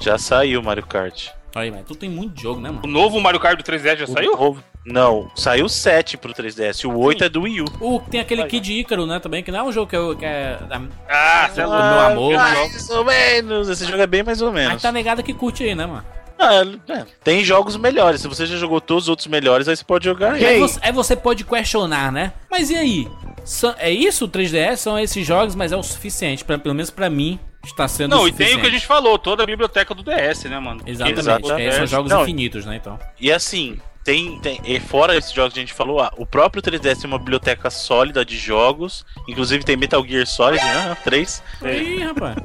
Já saiu o Mario Kart. Olha aí, mas tu tem muito jogo, né, O mano? novo Mario Kart do 3DS já saiu? O- Não, saiu o 7 pro 3DS. O 8 é do Wii U. O, tem aquele Kid Ícaro, né, também, que não é um jogo que, eu, que é... da- Ah, sei lá. meu amor. né? Mais ou menos. Esse jogo é bem mais ou Mas menos. tá negado que curte aí, né, mano? Ah, é. Tem jogos melhores. Se você já jogou todos os outros melhores, aí você pode jogar. Aí Ei. É você, aí você pode questionar, né? Mas e aí? São- é isso o 3DS? São esses jogos, mas é o suficiente. Pra, pelo menos pra mim, está sendo o Não, e suficiente. tem o que a gente falou, toda a biblioteca do DS, né, mano? Exatamente. Exatamente. é, são jogos Não, infinitos, né, então. E assim, tem, tem e fora esses jogos que a gente falou, ah, o próprio 3DS tem uma biblioteca sólida de jogos, inclusive tem Metal Gear Solid, né, 3, É. Ih, rapaz.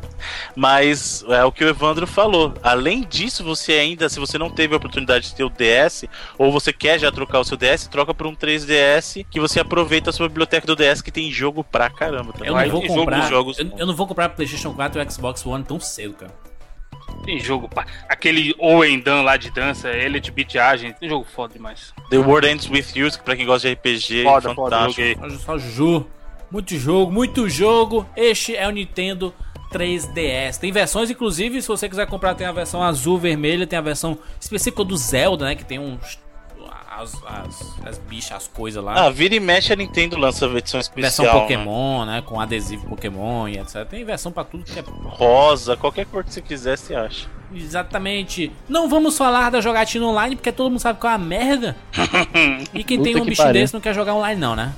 mas é o que o Evandro falou. Além disso, você ainda, se você não teve a oportunidade de ter o DS, ou você quer já trocar o seu DS, troca por um 3DS, que você aproveita a sua biblioteca do DS, que tem jogo pra caramba também. Eu não Vai vou ter jogo comprar. dos jogos eu, eu não vou comprar PlayStation 4 e Xbox One tão cedo, cara. Tem jogo, pá. Aquele Owen Dan lá de dança, Elite Beat Agent, tem jogo foda demais. The World Ends With You, que pra quem gosta de RPG, Foda, foda, fantástico. Olha só, Ju. Muito jogo, muito jogo. Este é o Nintendo 3DS. Tem versões, inclusive, se você quiser comprar, tem a versão azul, vermelha, tem a versão específica do Zelda, né? Que tem uns. As, as, as bichas, as coisas lá. Ah, vira e mexe a Nintendo lança a versão edição especial. né? Pokémon, né? Com adesivo Pokémon e etc. Tem versão pra tudo que é Rosa, qualquer cor que você quiser, você acha. Exatamente. Não vamos falar da jogatina online, porque todo mundo sabe que é uma merda. e quem Puta tem um que bicho pariu. desse não quer jogar online, não, né?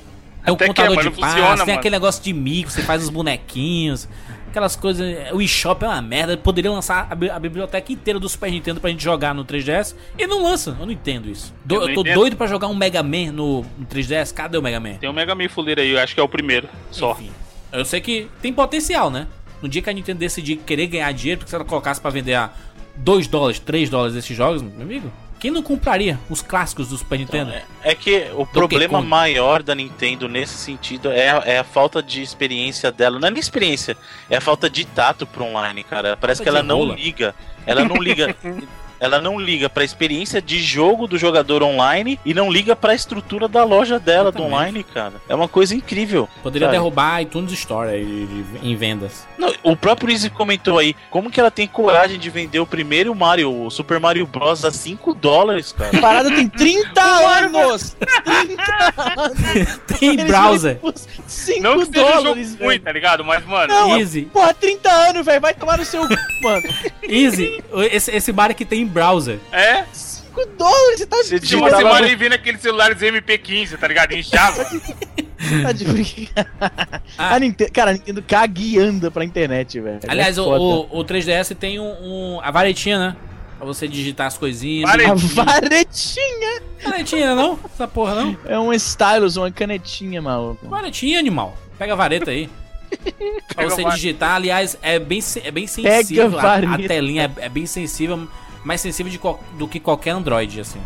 É um Até que é, contador mas de não passos, funciona, tem mano. aquele negócio de mico, você faz os bonequinhos, aquelas coisas. O eShop é uma merda. Poderia lançar a, bi- a biblioteca inteira do Super Nintendo pra gente jogar no 3DS e não lança. Eu não entendo isso. Do- Eu eu, não tô entendo. doido pra jogar um Mega Man no, no 3DS. Cadê o Mega Man? Tem o Mega Man Fuleiro aí, eu acho que é o primeiro, só. Enfim, eu sei que tem potencial, né? No dia que a Nintendo decidir querer ganhar dinheiro, porque se ela colocasse pra vender a 2 dólares, 3 dólares esses jogos, meu amigo, quem não compraria os clássicos do Super Nintendo? Então, É que o problema Kong. maior da Nintendo nesse sentido é, a- é a falta de experiência dela. Não é nem experiência, é a falta de tato pro online, cara. Parece que Falta ela de não rola. liga. Ela não liga. Ela não liga pra experiência de jogo do jogador online e não liga pra estrutura da loja dela do Exatamente. online, cara. É uma coisa incrível. Tá Poderia sabe? derrubar iTunes Store aí de- de- em vendas. Não, o próprio Easy comentou aí, como que ela tem coragem de vender o primeiro Mario, o Super Mario Bros a 5 dólares, cara? É. A parada tem 30 anos! 30 anos! Tem browser. 5 Não que seja um jogo dólares, ruim, velho. tá ligado? Mas, mano, Não, é- Easy, Porra, 30 anos, velho. Vai tomar no seu cu, mano. Easy, esse, esse bar que tem em browser. é. 5 dólares, você tá de, Se você mora e vê naqueles celulares MP15, tá ligado? Em Java. tá de brincadeira. Ah. A Nintendo, cara, a Nintendo caga e anda pra internet, velho. Aliás, é o, foda. o, o 3DS tem um, um- a varetinha, né? Pra você digitar as coisinhas. Vale- A varetinha Varetinha, não? Essa porra, não? é um stylus, uma canetinha, maluco. Varetinha, animal. Pega a vareta aí. pra Pega você a vareta. digitar, aliás, é bem, se- é bem sensível. a a, a vareta. telinha é, é bem sensível, mais sensível de qual- do que qualquer Android, assim.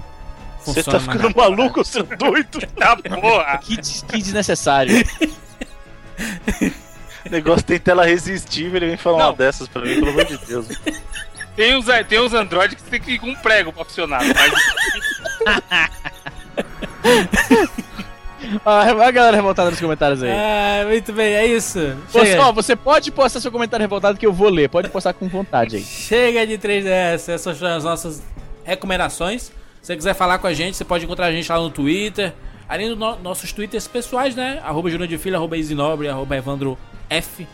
Você tá mais ficando rápido. maluco, seu doido? Tá Ah. porra. Que, des- que desnecessário. O negócio tem tela resistível, ele vem falar Não. uma dessas pra mim, pelo amor de Deus. Tem uns, é, tem uns Android que você tem que ir com um prego pra funcionar. Mas Olha a galera revoltada nos comentários aí. Ah, muito bem, é isso. Você, Chega, ó, você pode postar seu comentário revoltado que eu vou ler. Pode postar com vontade aí. chega de 3DS. Essas são as nossas recomendações. Se você quiser falar com a gente, você pode encontrar a gente lá no Twitter. Além dos no- nossos twitters pessoais, né? Arroba Júnior de Filho, arroba Isinobre, arroba Evandro F.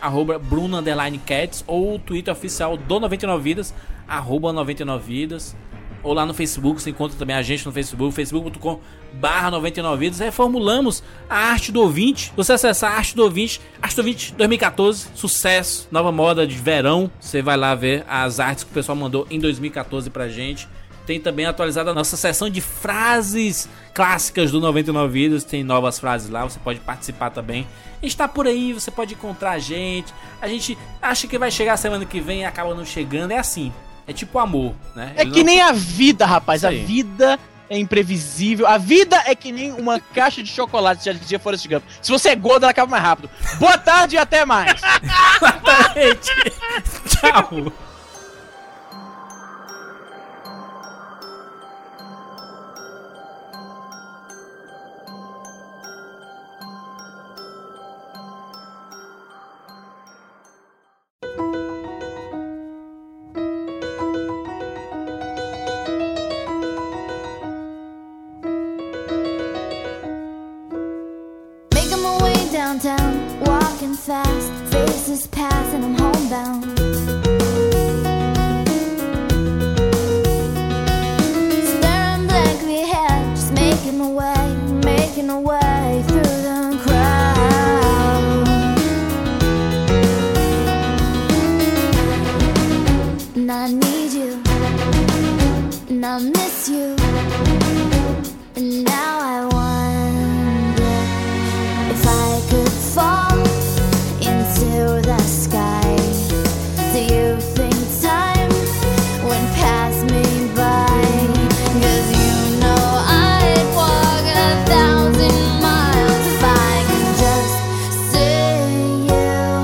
arroba Bruno Underline Cats ou o Twitter oficial do 99 Vidas, arroba 99 Vidas. Ou lá no Facebook, você encontra também a gente no Facebook, facebook.com barra 99 vidas. Reformulamos a arte do ouvinte. Você acessar a arte do ouvinte, arte do ouvinte 2014, sucesso, nova moda de verão. Você vai lá ver as artes que o pessoal mandou em 2014 pra gente. Tem também atualizada a nossa seção de frases clássicas do 99 Vidas. Tem novas frases lá, você pode participar também. A gente tá por aí, você pode encontrar a gente. A gente acha que vai chegar semana que vem e acaba não chegando. É assim. É tipo amor, né? É Ele que não- nem a vida, rapaz. Isso A aí. vida é imprevisível. A vida é que nem uma caixa de chocolate, já dizia Forrest Gump. Se você é gordo, ela acaba mais rápido. Boa tarde e até mais. Exatamente. Tchau. Making my way downtown, walking fast. Faces pass and I'm homebound. Staring blankly ahead, just making my way, making my way through the crowd. And I need you, and I miss you. And now I wonder if I could fall into the sky. Do you think time would pass me by? 'Cause you know I'd walk a thousand miles if I could just see you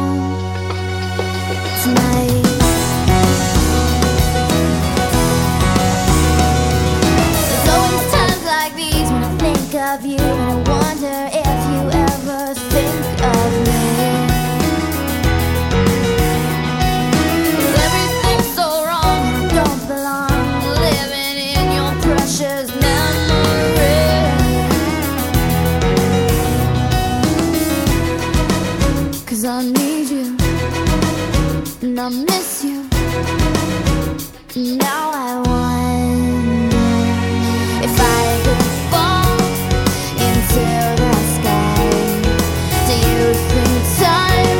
tonight. There's always times like these when I think of you and I wonder if you ever think of me. 'Cause everything's so wrong, I don't belong, living in your precious memory. Cause I need you, and I miss you. Now I wonder if I could fall into the sky, do you think time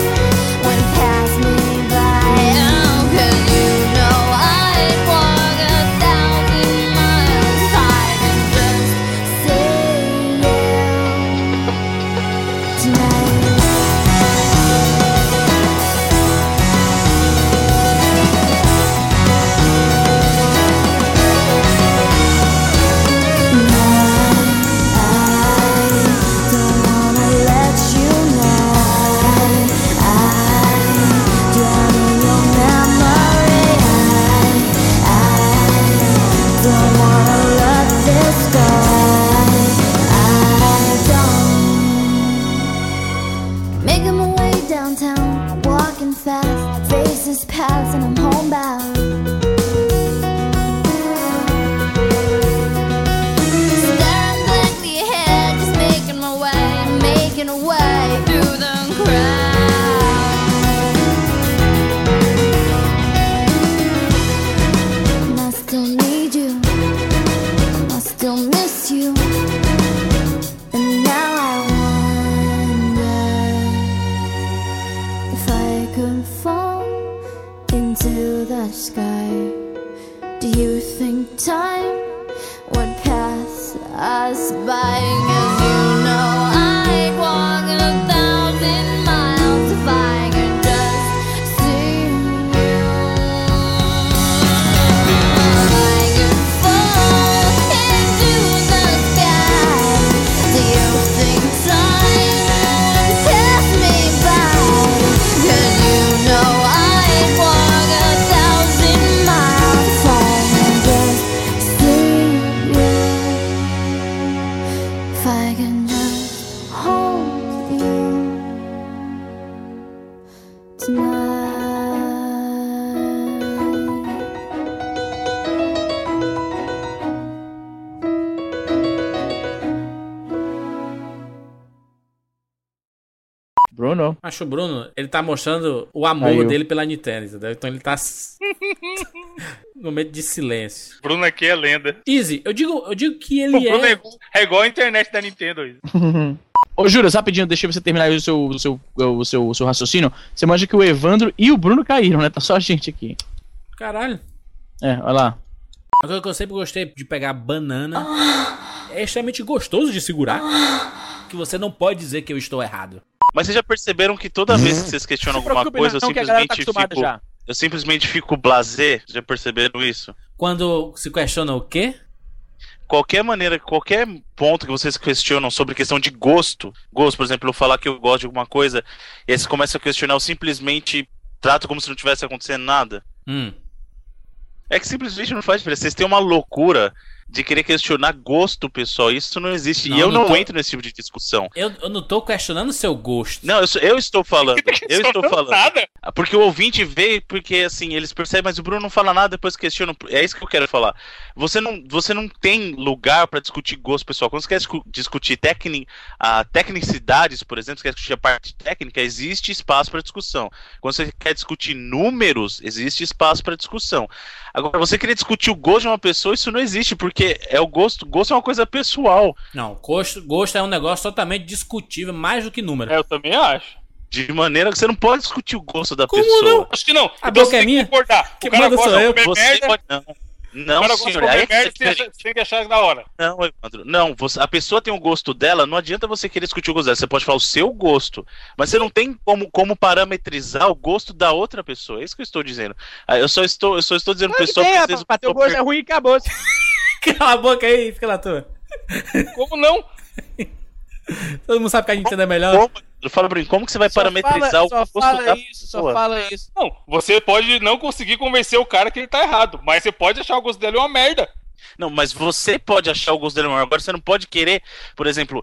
would pass me by? Oh, 'cause you know I'd walk a thousand miles if I could just see you tonight. Making my way downtown, walking fast, faces pass, and I'm homebound. Staring blankly ahead, just making my way, making a way through the crowd. And I still need you, I still miss you, and now I wonder if I could fall into the sky. Do you think time? would pass us by. Cause you know I'd walk a thousand miles if I could just see you. If I could fall into the sky, do you think time would pass me by? Cause you know I'd walk a thousand miles if I could just see you. If I can just hold you tonight. Bruno. Acho o Bruno, ele tá mostrando o amor Aí eu- dele pela Nintendo, entendeu? Então ele tá. s- no momento de silêncio. Bruno aqui é lenda. Easy, eu digo, eu digo que ele O Bruno é. é, é igual a internet da Nintendo. Isa. Ô, Juras, rapidinho, deixa você terminar aí o seu, o seu, o seu, o seu raciocínio. Você manja que o Evandro e o Bruno caíram, né? Tá só a gente aqui. Caralho. É, olha lá. Uma coisa que eu sempre gostei de pegar banana. É extremamente gostoso de segurar. Que você não pode dizer que eu estou errado. Mas vocês já perceberam que toda vez que vocês questionam alguma coisa, eu tá simplesmente tipo, fico. Eu simplesmente fico blasé. Já perceberam isso? Quando se questiona o quê? qualquer maneira, qualquer ponto que vocês questionam sobre questão de gosto, gosto, por exemplo, eu falar que eu gosto de alguma coisa, e aí você começa a questionar, eu simplesmente trato como se não tivesse acontecendo nada. Hum. É que simplesmente não faz diferença. Vocês têm uma loucura de querer questionar gosto, pessoal. Isso não existe. Não, e eu não não, tô- entro nesse tipo de discussão. Eu, eu não tô questionando o seu gosto. Não, eu, sou- eu estou falando. Eu estou falando. É, Ah, Nada. Porque o ouvinte vê, porque assim, eles percebem, mas o Bruno não fala nada, depois questiona. É isso que eu quero falar. Você não, você não tem lugar pra discutir gosto, pessoal. Quando você quer discu- discutir tecni, a tecnicidades, por exemplo, você quer discutir a parte técnica, existe espaço pra discussão. Quando você quer discutir números, existe espaço pra discussão. Agora, você querer discutir o gosto de uma pessoa, isso não existe, porque é o gosto, gosto é uma coisa pessoal. Não, gosto, gosto é um negócio totalmente discutível, mais do que número. É, eu também acho. De maneira que você não pode discutir o gosto da Como pessoa. não? Acho que não. A Então boca você é tem minha? Que concordar. Que o cara manda gosta sou de eu? comer Então, Você merda. pode não. o cara Não, gosta de senhor. Aí comer é que merda, você você acha- você tem que achar da hora. Não, Evandro. Não, você- a pessoa tem o gosto dela, não adianta você querer discutir o gosto dela. Você pode falar o seu gosto, mas você não tem como, como parametrizar o gosto da outra pessoa. É isso que eu estou dizendo. Ah, Eu só estou, eu só estou dizendo Claro que pessoal tem, que rapaz. Teu gosto é ruim e acabou. Cala a boca aí, fica na tua. Como não? Todo mundo sabe que a Nintendo é melhor. como, fala pra mim, como que você vai Só parametrizar fala- o só gosto fala da isso, Só pessoa? fala isso. Não. Você pode não conseguir convencer o cara que ele tá errado, mas você pode achar o gosto dele uma merda. Não, mas você pode achar o gosto dele maior. Agora você não pode querer, por exemplo,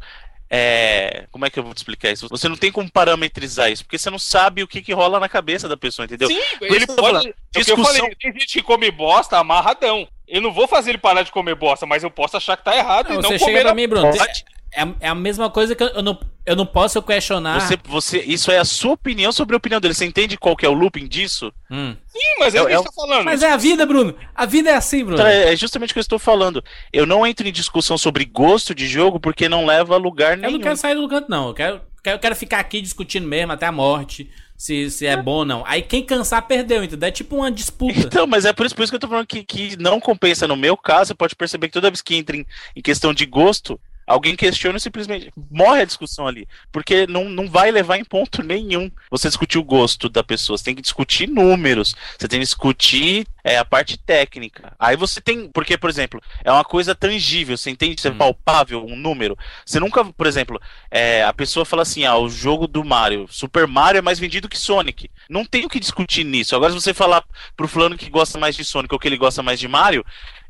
é, como é que eu vou te explicar isso? Você não tem como parametrizar isso, porque você não sabe o que, que rola na cabeça da pessoa, entendeu? Sim, isso ele que eu tô pode. falando. é o que eu Discussão- falei, tem gente que come bosta amarradão. Eu não vou fazer ele parar de comer bosta, mas eu posso achar que tá errado Não, e não você chega comer. pra a- mim, Bruno. Pode. você- É, é a mesma coisa que eu, eu não, eu não posso questionar. Você, você, isso é a sua opinião sobre a opinião dele. Você entende qual que é o looping disso? Hum. Sim, mas é o que É- a é gente tá falando. Mas é a vida, Bruno. A vida é assim, Bruno. Então, é é justamente o que eu estou falando. Eu não entro em discussão sobre gosto de jogo porque não leva a lugar Eu nenhum. não quero sair do canto, não. Eu quero, quero, quero ficar aqui discutindo mesmo até a morte. Se, se é bom ou não. Aí quem cansar perdeu, entendeu? É tipo uma disputa. Então, mas é por isso, por isso que eu tô falando que, que não compensa. No meu caso, você pode perceber que toda vez que entra em, em questão de gosto, alguém questiona e simplesmente morre a discussão ali. Porque não, não vai levar em ponto nenhum você discutir o gosto da pessoa. Você tem que discutir números, você tem que discutir é, a parte técnica. Aí você tem. Porque, por exemplo, é uma coisa tangível, você entende? Hum. Isso é palpável, um número. Você nunca, por exemplo, é, a pessoa fala assim: ah, o jogo do Mario, Super Mario é mais vendido que Sonic. Não tem o que discutir nisso. Agora, se você falar pro fulano que gosta mais de Sonic ou que ele gosta mais de Mario,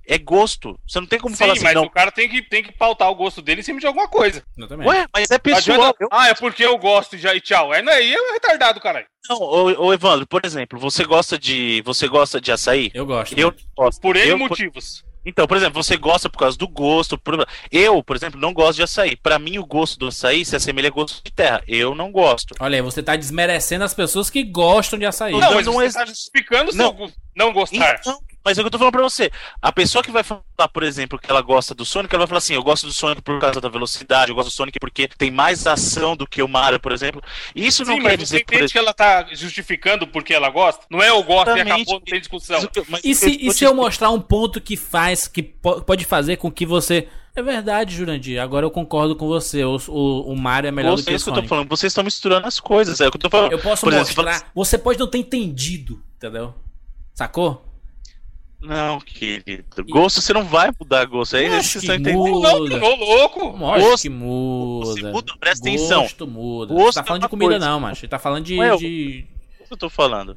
é gosto. Você não tem como Sim, falar assim, mas não. o cara tem que, tem que pautar o gosto dele em cima de alguma coisa. Exatamente. Ué, mas é Não pessoal. adianta, Ah, é porque eu gosto e já e tchau. É, não é, e é um retardado, caralho. Não, ô, ô, Evandro, por exemplo, você gosta de. Você gosta de açaí? Eu gosto. Eu não gosto. Por N eu, por- motivos. Então, por exemplo, você gosta por causa do gosto. por- Eu, por exemplo, não gosto de açaí. Pra mim, o gosto do açaí se assemelha a gosto de terra. Eu não gosto. Olha aí, você tá desmerecendo as pessoas que gostam de açaí. Não, Não, mas não você é- tá justificando o seu Não. go- não gostar. Então, mas é o que eu tô falando pra você. A pessoa que vai falar, por exemplo, que ela gosta do Sonic, ela vai falar assim: eu gosto do Sonic por causa da velocidade, eu gosto do Sonic porque tem mais ação do que o Mario, por exemplo. Isso não Sim, quer mas você dizer, por entende que ela tá justificando porque ela gosta? Não é eu gosto e Exatamente. acabou, não tem discussão. Mas o que- mas E o se, que e tô se eu te- mostrar um ponto que faz, que po- pode fazer com que você. É verdade, Jurandir. Agora eu concordo com você. O, o, o Mario é melhor Você- do que o isso que eu tô Sonic. falando. Vocês estão misturando as coisas. É o que eu tô falando. Eu posso Por exemplo, você mostrar. Você pode não ter entendido, entendeu? Sacou? Não, querido. Gosto você não vai mudar gosto. É Eu isso que acho vocês que estão entendendo. Não, não, muda. não, louco. Lógico Gosto- que muda. muda, presta atenção. Gosto muda. Gosto tá é falando uma de comida coisa. não, macho. Ele tá falando de... Ué, eu- de- É isso que eu tô falando.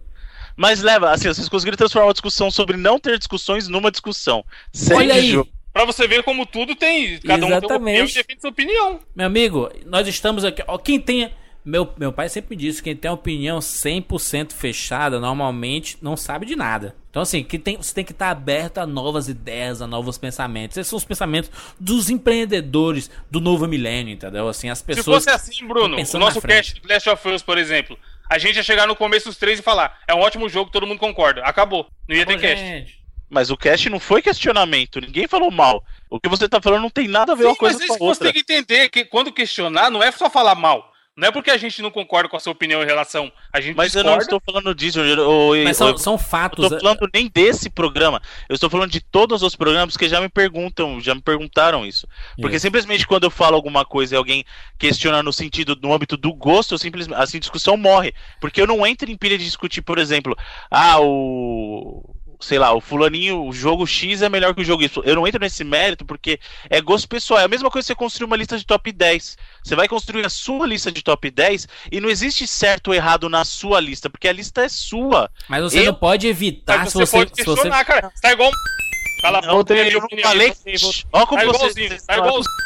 Mas leva, assim, vocês conseguiram transformar uma discussão sobre não ter discussões numa discussão. Segue Olha o aí, jogo. Pra você ver como tudo tem. Cada um tem uma opinião Exatamente. e defende sua opinião. meu amigo, nós estamos aqui... Ó, quem tem... Meu, meu pai sempre me disse, quem tem opinião 100% fechada, normalmente não sabe de nada. Então assim, que tem, você tem que estar aberto a novas ideias, a novos pensamentos. Esses são os pensamentos dos empreendedores do novo milênio, entendeu? Assim, as Se pessoas... fosse assim, Bruno, o pensando nosso na frente. cast de Clash of Us, por exemplo, a gente ia chegar no começo dos três e falar: é um ótimo jogo, todo mundo concorda. Acabou. Não ia Pô, ter cast. gente, Mas o cast não foi questionamento, ninguém falou mal. O que você tá falando não tem nada a ver Sim, uma coisa mas com isso a que você outra. tem que entender que quando questionar, não é só falar mal. Não é porque a gente não concorda com a sua opinião em relação. A gente Mas eu não estou falando disso, eu, eu, eu, Mas são, eu- são eu fatos. é- né? tô falando nem desse programa. Eu estou falando de todos os programas que já me perguntam, já me perguntaram isso. Porque Isso. simplesmente quando eu falo alguma coisa e alguém questiona no sentido, no âmbito do gosto, eu simplesmente assim, a discussão morre. Porque eu não entro em pilha de discutir, por exemplo, ah, o. sei lá, o fulaninho, o jogo X é melhor que o jogo Y. Eu não entro nesse mérito porque é gosto pessoal. É a mesma coisa que você construir uma lista de top 10. Você vai construir a sua lista de top 10 e não existe certo ou errado na sua lista, porque a lista é sua. Mas você Eu- não pode evitar Tá, Mas se você. pode Se você... questionar, cara. Você tá igual um. Cala a Não, boca, eu minha não opinião, falei. você- você- Ó, como Tá vocês. igualzinho, tá igualzinho.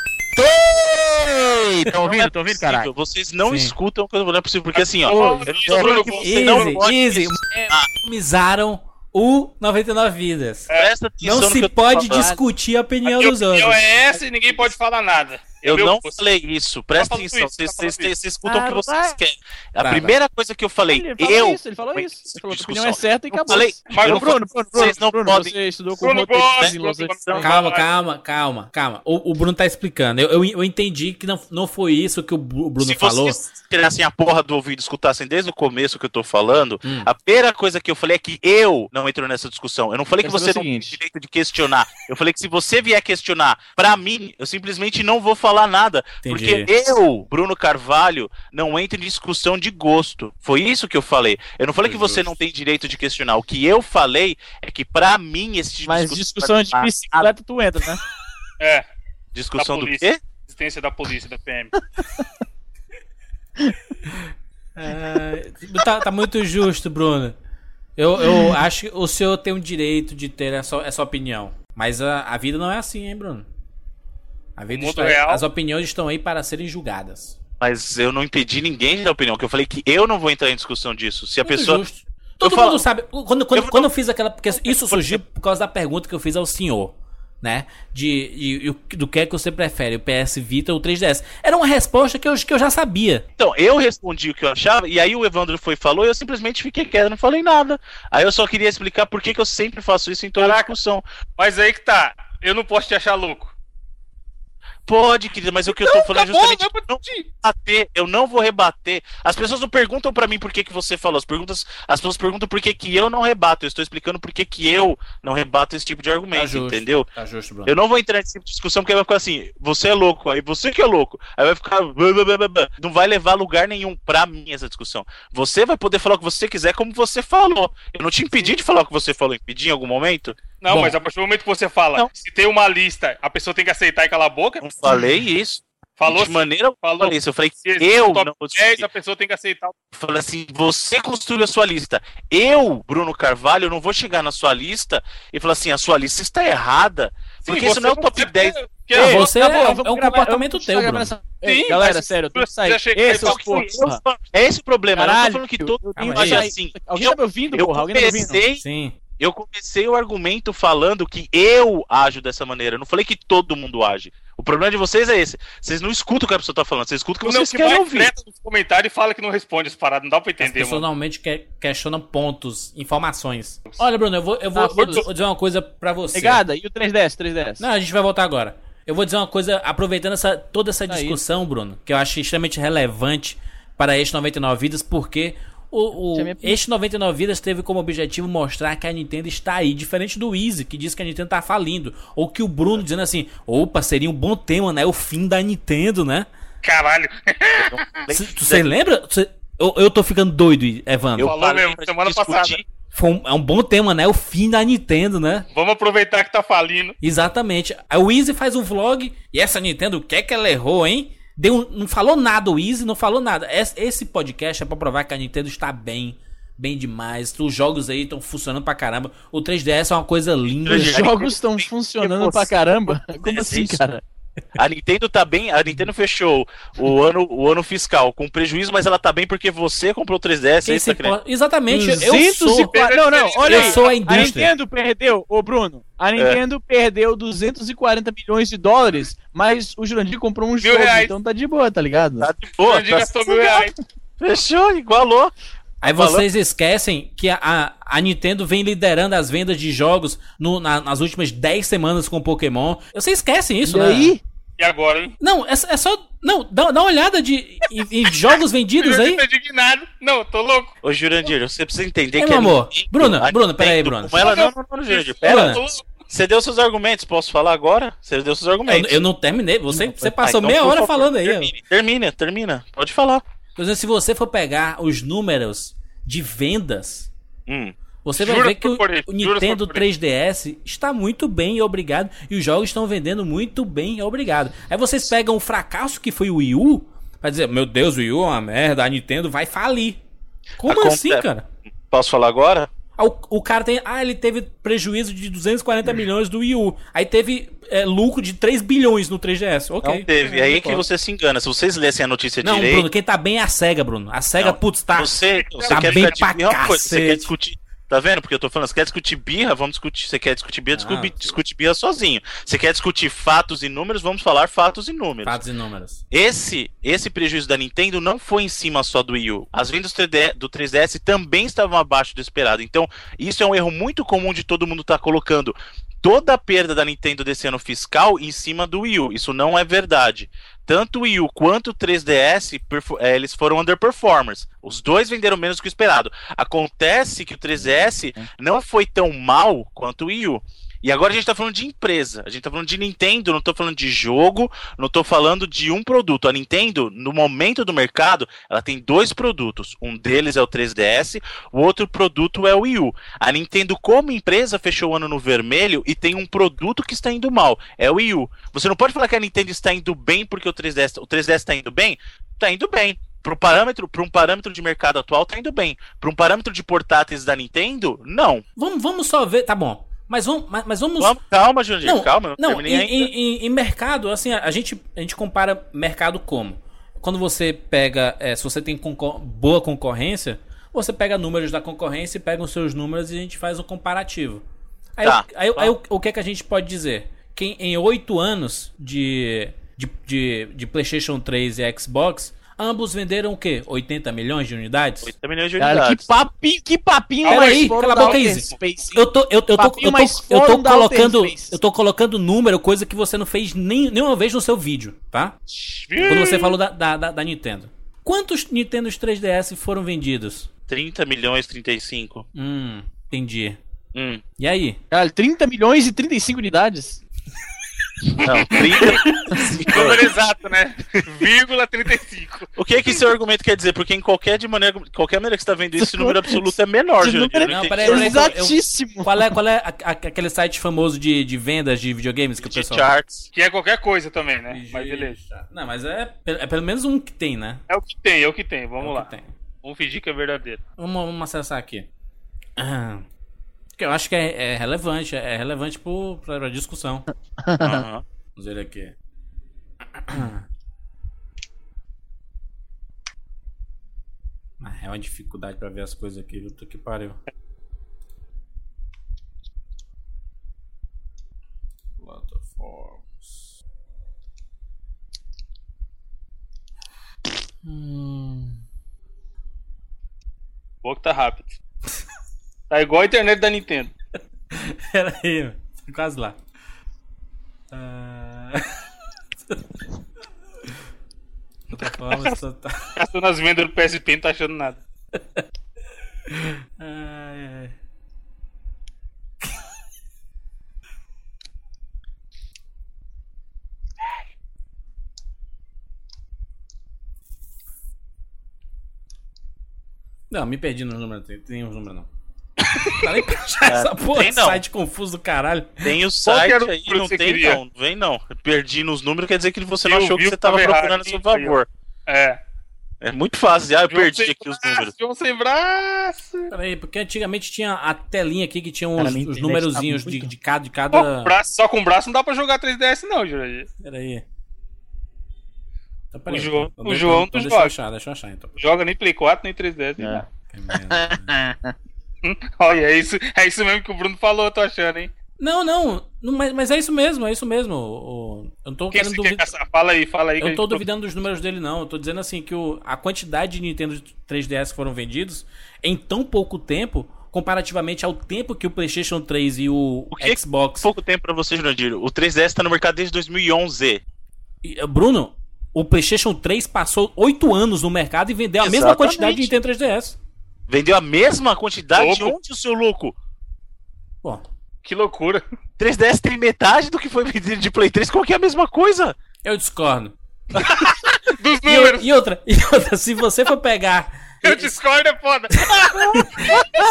Ei, tá ouvindo? Tá ouvindo, caralho? é Vocês não Sim. escutam quando não é possível, porque assim, ó. Ô, eu tô falando que você Easy, não pode easy. Minimizaram o 99 vidas. Presta atenção Não no que se eu tô pode falando. discutir a opinião Minha dos opinião outros. é essa e ninguém pode falar nada. Eu Meu, não você- falei isso, presta tá falando atenção, isso, vocês tá falando vocês- vocês escutam o que vocês querem. A Tá, primeira coisa que eu falei, Ele falou eu isso, ele falou Foi isso. Ele falou que a discussão. opinião é certa e não acabou. falei, Mas, eu não Bruno, falei- vocês não Bruno, podem. você estudou com o Bruno Walter Bosch, Disney, você Bruno sabe. Bosch. Calma, Vai. calma, calma, calma. O, o Bruno tá explicando. Eu, eu, eu entendi que não, não foi isso que o Bru- o Bruno Se falou. vocês tirassem assim, a porra do ouvido e escutassem desde o começo o que eu tô falando, Hum. a primeira coisa que eu falei é que eu não entro nessa discussão. Eu não falei que Pensa você no não tem seguinte. direito de questionar. Eu falei que se você vier questionar pra mim, eu simplesmente não vou falar nada. Entendi. Porque eu, Bruno Carvalho, não entro em discussão de gosto. Foi isso que eu falei. Eu não falei que você não tem direito de questionar. O que eu falei é que pra mim esse tipo de Mas discussão é de Ah, bicicleta tu entra, né? É, Discussão da do polícia. quê? existência da polícia, da PM. Ah, tá, tá muito justo, Bruno. Eu, eu acho que o senhor tem o direito de ter essa, essa opinião. Mas a, a vida não é assim, hein, Bruno? A vida Mundo está, real. As opiniões estão aí para serem julgadas. Mas eu não impedi ninguém da opinião, que eu falei que eu não vou entrar em discussão disso. Se a Muito pessoa. justo. Todo Eu mundo falo- sabe. Quando, quando, Eu- quando eu fiz aquela. Porque isso surgiu por causa da pergunta que eu fiz ao senhor, né? De, de- de- do que é que você prefere, o PS Vita ou o 3DS? Era uma resposta que eu, que eu já sabia. Então, eu respondi o que eu achava, e aí o Evandro foi e falou, e eu simplesmente fiquei quieto, não falei nada. Aí eu só queria explicar por que, que eu sempre faço isso em toda discussão. Mas aí que tá. Eu não posso te achar louco. Pode, querida, mas o que eu tô falando é justamente eu não vou rebater, eu não vou rebater. As pessoas não perguntam pra mim por que, que você falou, as, perguntas, as pessoas perguntam por que, que eu não rebato. Eu estou explicando por que, que eu não rebato esse tipo de Tá argumento, justo. entendeu? Tá justo, Bruno. Eu não vou entrar nesse tipo de discussão porque vai ficar assim, você é louco, aí você que é louco. Aí vai ficar. blá, blá, blá, blá, blá. Não vai levar a lugar nenhum pra mim essa discussão. Você vai poder falar o que você quiser, como você falou. Eu não te impedi de falar o que você falou, impedi em algum momento? Não, Bom. mas a partir do momento que você fala, Não. se tem uma lista, a pessoa tem que aceitar e calar a boca. Não falei isso. Falou de sim, maneira alguma eu falou. falei isso. Eu falei Se que existe eu um top não vou 10, discutir. a pessoa tem que aceitar. Eu falei assim, você construiu a sua lista. Eu, Bruno Carvalho, não vou chegar na sua lista e falar assim, a sua lista está errada. porque isso não é o top 10. Que Ah, é, você Tá bom, é, eu vou é um gravar- comportamento eu vou teu, gravar Bruno. essa- Ei, Sim, galera, mas- sério, eu tenho que sair. Já cheguei, Ei, seus tal que foi. porra. Eu falo- É esse o problema. eu não tô falando que todo eu tenho mundo que faz sair. assim. Alguém Eu- tá me ouvindo, Eu porra? Alguém tá me ouvindo? comecei, Sim. eu comecei o argumento falando que eu ajo dessa maneira. Eu não falei que todo mundo age. O problema de vocês é esse. Vocês não escutam o que a pessoa tá falando, vocês escutam o que Não, vocês que querem vai ouvir. direto nos comentários e fala que não responde essa parada. Não dá pra As entender, pessoas mano. normalmente que- questionam pontos, informações. Olha, Bruno, eu vou, eu vou, Ah, vou Bruno. dizer uma coisa pra você. Negada, e o 3DS, 3DS? Não, a gente vai voltar agora. Eu vou dizer uma coisa, aproveitando essa, toda essa Tá Aí. discussão, Bruno, que eu acho extremamente relevante para este 99 Vidas, porque o, Isso o, é minha opinião. este 99 Vidas teve como objetivo mostrar que a Nintendo está aí, diferente do Easy, que diz que a Nintendo tá falindo. Ou que o Bruno dizendo assim: opa, seria um bom tema, né? O fim da Nintendo, né? Caralho. né? Você lembra? Cê- eu, eu tô ficando doido, Evandro. Eu Falou falei mesmo, pra semana discutir. passada. Foi um- é um bom tema, né? O fim da Nintendo, né? Vamos aproveitar que tá falindo. Exatamente. A Easy faz um vlog e essa Nintendo, o que é que ela errou, hein? Deu, um, não falou nada o Easy, não falou nada. Es- Esse podcast é pra provar que a Nintendo está bem, bem demais. Os jogos aí estão funcionando pra caramba. O 3DS é uma coisa linda. Os Gente, jogos estão funcionando pra caramba? Como assim, isso? cara? A Nintendo tá bem, a Nintendo fechou o ano, o ano fiscal com prejuízo, mas ela tá bem porque você comprou o 3DS, é Quem isso se que tá querendo. importa- Exatamente. Eu 204 sou, Não, não, olha eu aí. sou a A indústria. É. Nintendo perdeu, ô Bruno, a Nintendo perdeu 240 milhões de dólares, mas o Jurandir comprou um jogo, reais. então tá de boa, tá ligado? Tá de boa, Jurandir tá- gastou mil reais. fechou, igualou. Aí vocês esquecem que a- a, a Nintendo vem liderando as vendas de jogos no- na- nas últimas 10 semanas com Pokémon. Vocês esquecem isso, e né? aí? E agora, hein? Não, é, é só. Não, dá, dá uma olhada de, em, em jogos vendidos aí. Eu tô indignado. Não, eu tô louco. Ô, Jurandir, você precisa entender É, que. meu a amor. Nintendo- Bruna, a Bruna, peraí, Nintendo, Bruna. Como ela não, não, não, Jurandir, pera. Bruna. Eu tô louco. Você deu seus argumentos, posso falar agora? Você deu seus Eu, argumentos. eu não terminei. Você, você passou Ah, então, meia por hora favor, falando aí. ó. Termina, termina, termina. Pode falar. Por exemplo, se você for pegar os números de vendas, Hum. Você vai Jura ver que o, por isso, o jura Nintendo por 3DS está muito bem, obrigado. E os jogos estão vendendo muito bem, obrigado. Aí vocês pegam o fracasso que foi o Wii U pra dizer, meu Deus, o Wii U é uma merda, a Nintendo vai falir. Como A assim, conta- cara? Posso falar agora? Ah, O, o cara tem. Ah, ele teve prejuízo de 240 milhões do Wii U. Aí teve é, lucro de 3 bilhões no 3DS. Ok. Não teve. Aí é que Concordo. você se engana. Se vocês lessem a notícia Não, direito, Bruno, quem tá bem é a SEGA, Bruno. A SEGA, Não, putz, tá. você, você tá quer bem discutir pra birra, coisa, você quer cacete. discutir. Tá vendo? Porque eu tô falando, você quer discutir birra? Vamos discutir. Você quer discutir birra? Discute, Ah. discute birra sozinho. Você quer discutir fatos e números? Vamos falar fatos e números. Fatos e números. Esse, esse prejuízo da Nintendo não foi em cima só do Wii U. As vendas do 3D do 3DS também estavam abaixo do esperado. Então, isso é um erro muito comum de todo mundo estar colocando toda a perda da Nintendo desse ano fiscal em cima do Wii U. Isso não é verdade. Tanto o Wii U quanto o 3DS, perfo- eh, eles foram underperformers. Os dois venderam menos que o esperado. Acontece que o 3DS não foi tão mal quanto o Wii U. E agora a gente tá falando de empresa, a gente tá falando de Nintendo, não tô falando de jogo, não tô falando de um produto. A Nintendo, no momento do mercado, ela tem dois produtos. Um deles é o 3DS, o outro produto é o Wii U. A Nintendo, como empresa, fechou o ano no vermelho e tem um produto que está indo mal, é o Wii U. Você não pode falar que a Nintendo está indo bem porque o 3DS, o 3DS está indo bem? Tá indo bem. Para parâmetro, pra um parâmetro de mercado atual, tá indo bem. Para um parâmetro de portáteis da Nintendo, não. Vamos, vamos só ver. Tá bom. Mas vamos. Mas, mas vamos. Vamos- calma, Jundinho, calma, eu não, Não, terminei em, ainda. em- em- em mercado, assim, a gente, a gente compara mercado como? Quando você pega, eh, se você tem concor- boa concorrência, você pega números da concorrência e pega os seus números e a gente faz um comparativo. Aí, Tá. o- aí o- aí o, o que é que a gente pode dizer? Que em- em oito anos de, de, de, de PlayStation 3 e Xbox, ambos venderam o quê? 80 milhões de unidades? 80 milhões de unidades. Cara, que papinho, que papinho Pera mais aí, fora cala a da boca, Outer Izzy. Space, hein? Eu tô, eu, eu tô, eu tô, Papinho mais eu tô fora da colocando, Outer Space. eu tô colocando número, coisa que você não fez nem, nenhuma vez no seu vídeo, tá? Quando você falou da, da, da, da Nintendo. Quantos Nintendo 3DS foram vendidos? 30 milhões 35. Hum, entendi. Hum. E aí? Caralho, 30 milhões e 35 unidades? Não, 30. Número exato, né? Vírgula 35. o que que seu argumento quer dizer? Porque em qualquer de maneira, qualquer maneira que você tá vendo isso, esse número absoluto é menor, Esse Jurandir, número eu é- Não, entendi. peraí, peraí. Exatíssimo. Qual é, qual é a- a- aquele site famoso de, de vendas de videogames que o De pessoal... charts. Que é qualquer coisa também, né? Mas beleza. Não, mas é, é pelo menos um que tem, né? É o que tem, é o que tem. É o Vamos que lá. tem. Vamos fingir que é verdadeiro. Vamos, vamos acessar aqui. Ah, Que eu acho que é, é relevante, é relevante pro, pra discussão. Aham. Vamos ver aqui. Ah, É uma dificuldade pra ver as coisas aqui, viu? Puta que pariu. Plataformas. Boa que tá rápido. Tá igual a internet da Nintendo. Pera aí, mano. Tô quase lá. Ah. Plataformas total. Gastando as vendas do PSP, não tá achando nada. Ai, ai. Não, me perdi nos números. Tem, tem uns números, não. Parei pra achar É. essa porra, tem esse não. site confuso do caralho. Tem o Qual que site era o aí, número não que você tem queria? não. Vem não. Perdi nos números, quer dizer que você não Viu, achou que viu, você tava tava errado, procurando a seu isso aí, ó. favor. É. É muito fácil. Ah, eu João perdi sem aqui os braço, números. João sem braço. Peraí, porque antigamente tinha a telinha aqui que tinha Cara, os, minha os internet numerozinhos tá de, muito- de cada. De Só com, cada... braço, só com braço não dá pra jogar 3DS, não, Jurandir. Peraí. Então, O João- então o deixa- João então dos deixa eu jogos. achar, deixa eu achar então. Joga nem Play 4, nem 3DS. nem É. nada. Que merda. Olha, é isso, é isso mesmo que o Bruno falou, eu tô achando, hein? Não, não, não, mas, mas é isso mesmo, é isso mesmo. o- o- eu não tô Quem querendo você quer duvidar. caçar? Fala aí, fala aí. Eu que não a tô gente- duvidando dos números dele, não. Eu tô dizendo assim que o- a quantidade de Nintendo 3DS que foram vendidos em tão pouco tempo, comparativamente ao tempo que o PlayStation 3 e o, O que- Xbox. Pouco tempo pra você, Jurandir. O 3DS tá no mercado desde 2011. E, eh, Bruno, o PlayStation 3 passou 8 anos no mercado e vendeu a mesma Exatamente. quantidade de Nintendo 3DS. Vendeu a mesma quantidade de Dobro. onde o seu lucro. Bom, Que loucura. 3DS tem metade do que foi vendido de Play 3, qual que é a mesma coisa? eu discordo. Dos E, o- números. e outra, e outra, se você for pegar Eu discordo, é foda.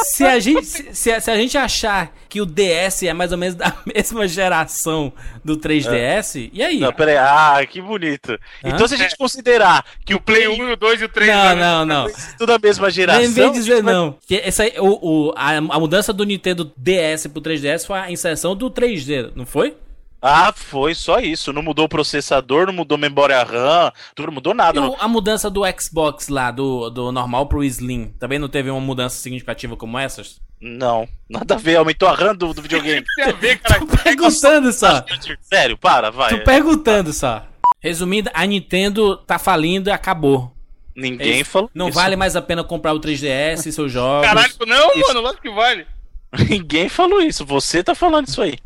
Se a, gente, se, se a- se a gente achar que o DS é mais ou menos da mesma geração do 3DS, e aí? Não, pera aí. Ah, que bonito. Então, se a gente considerar que o Play Play 1 1, o 2 e o 3. Não, né? não, não. é tudo da mesma geração. Nem vem né? a dizer gente vai- não. Que essa, aí- o, o- a, a mudança do Nintendo DS pro 3DS foi a inserção do 3D, não foi? Ah, foi só isso. Não mudou o processador, não mudou memória RAM, tudo Ah, não mudou E nada. o- a mudança do Xbox lá, do, do normal pro Slim, também não teve uma mudança significativa como essas? Não, nada a ver. Aumentou a RAM do, do videogame. Tem a ver, cara. Perguntando só. Sério, para, vai. é. Tô perguntando só. Resumindo, a Nintendo tá falindo e acabou. Ninguém Isso falou. Não isso. vale mais a pena comprar o 3DS e seus jogos. Caralho, não, mano, lógico que vale. Ninguém falou isso. Você tá falando isso aí.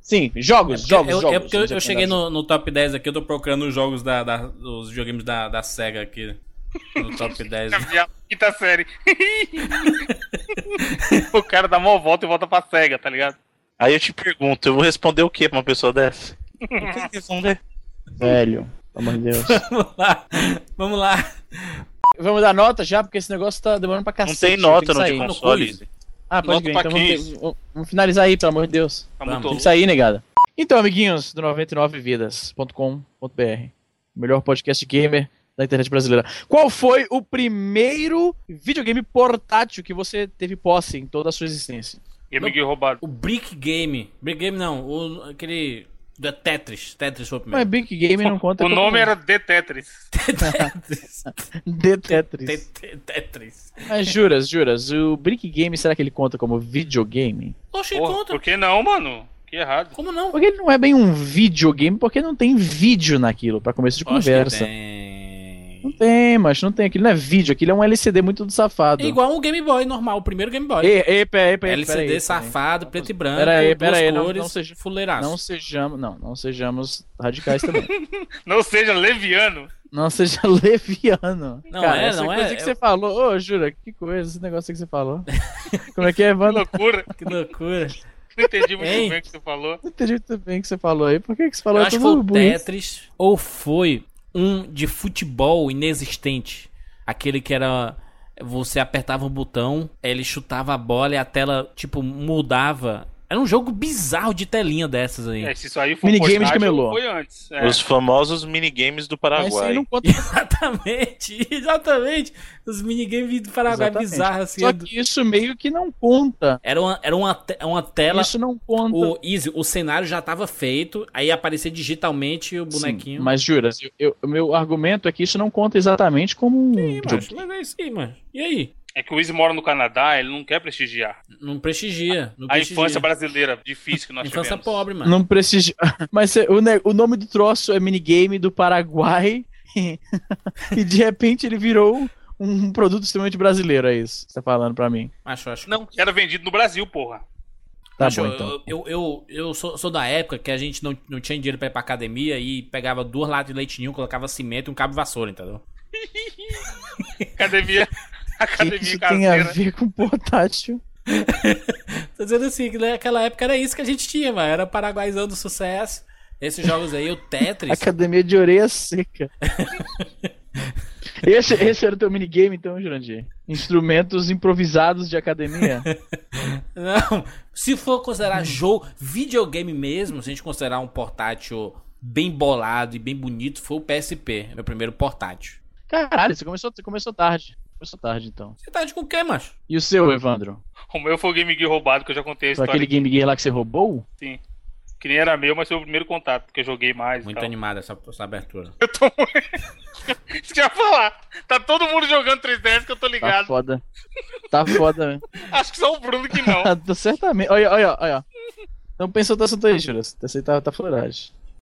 Sim, jogos, Porque jogos, eu, jogos. é porque eu, eu cheguei no, no top 10 aqui, eu tô procurando os jogos da, da- os videogames da, da SEGA aqui. No top 10. Já, quinta série. o cara dá uma volta e volta pra cega, tá ligado? Aí eu te pergunto, eu vou responder o que pra uma pessoa dessa? O que que eles vão ler? Velho, pelo amor de Deus. Vamos lá. Vamos lá. Vamos dar nota já, porque esse negócio tá demorando pra Não cacete. tem eu nota tenho não que de sair. console. Ah, pode Nota ver, pra então vamos, ter- 15. vamos- vamos finalizar aí, pelo amor de Deus. Tá Vamos. muito Tem que louco. sair, negada. Então, amiguinhos do 99vidas.com.br, o melhor podcast gamer da internet brasileira. Qual foi o primeiro videogame portátil que você teve posse em toda a sua existência? E amiguinho roubado. O Brick Game. Brick Game não, o, aquele. Da Tetris. Tetris foi o Mas primeiro. Big Game não conta. O como- nome era The Tetris. Tetris. The Tetris. Te- te- Tetris. Mas juras, juras, o Brick Game, será que ele conta como videogame? Oxi, Porra, conta. por que não, mano? Que errado. Como não? Porque ele não é bem um videogame, porque não tem vídeo naquilo, pra começo de Acho que conversa. tem. Não tem, mas não tem. Aquilo não é vídeo, aquilo é um LCD muito do safado. É igual o Game Boy normal, o primeiro Game Boy. Ei, ei, pera, aí, pera, aí, LCD pera aí, safado, preto e branco, Pera aí, pera duas aí, não- cores, não seja- fuleiraço. Não sejamos, não, não sejamos radicais também. Não seja leviano. não seja leviano. Não Cara, é, essa não coisa é, que é- você falou, ô, jura, que coisa, esse negócio que você falou. Como é que é, Que mano? loucura. Que loucura. Não entendi muito Hein? bem o que você falou. Não entendi muito bem o que você falou aí. Por que, que você falou é Eu acho que foi tudo o Tetris ou foi um de futebol inexistente. Aquele que era. Você apertava o botão, ele chutava a bola e a tela, tipo, mudava. Era um jogo bizarro de telinha dessas aí. É, se isso aí for Minigame de postagem, camelô. Foi antes. É. Os famosos minigames do Mas isso aí Paraguai. não conta. Exatamente, exatamente. Os minigames do Paraguai Exatamente. bizarros assim. Só que isso meio que não conta. Era uma, era uma, te- é uma tela. Isso não conta. O Easy, o cenário já tava feito, aí aparecia digitalmente o Sim, bonequinho. mas juras, eu- eu- o meu argumento é que isso não conta exatamente como um. Ih, jogo. macho, mas é isso aí, mano. E aí? É que o Izzy mora no Canadá, ele não quer prestigiar. Não prestigia. Não A prestigia. infância brasileira, difícil que nós Infância tivemos. pobre, mano. Não precisa. Mas cê- o, ne- o nome do troço é minigame do Paraguai. e de repente ele virou um produto extremamente brasileiro, é isso. que Você tá falando pra mim. Acho, acho. Não, que era vendido no Brasil, porra. Tá Acho, bom, então. Eu, eu, eu, eu sou, sou da época que a gente não, não tinha dinheiro pra ir pra academia e pegava duas latas de leite ninho, colocava cimento e um cabo de vassoura, entendeu? Academia. O que Academia que isso tem a caseira. ver com portátil? Tô dizendo assim, que naquela época era isso que a gente tinha, mano. Era paraguaizão do sucesso. Esses jogos aí, o Tetris. Academia de orelha seca. esse, esse era o teu minigame, então, Jurandir? Instrumentos improvisados de academia? Não, se for considerar jogo, videogame mesmo, se a gente considerar um portátil bem bolado e bem bonito, foi o PSP, meu primeiro portátil. Caralho, você começou, você começou tarde. Começou tarde, então. Você tá de com o quê, macho? E o seu, Evandro? O meu foi o Game Gear roubado, que eu já contei a Foi história. aquele Game Gear lá que você roubou? Tá Que nem era meu, mas foi o primeiro contato, porque eu joguei mais Muito e tal. animada essa, essa abertura. Isso que eu ia falar. Tá todo mundo jogando 3DS que eu tô Tá ligado. foda. Tá foda, né? Acho que só o Bruno que não. Ah, tá certamente. Olha, olha, olha. Então pensa outra assunto aí, Juras. Essa aí tá, tá floragem.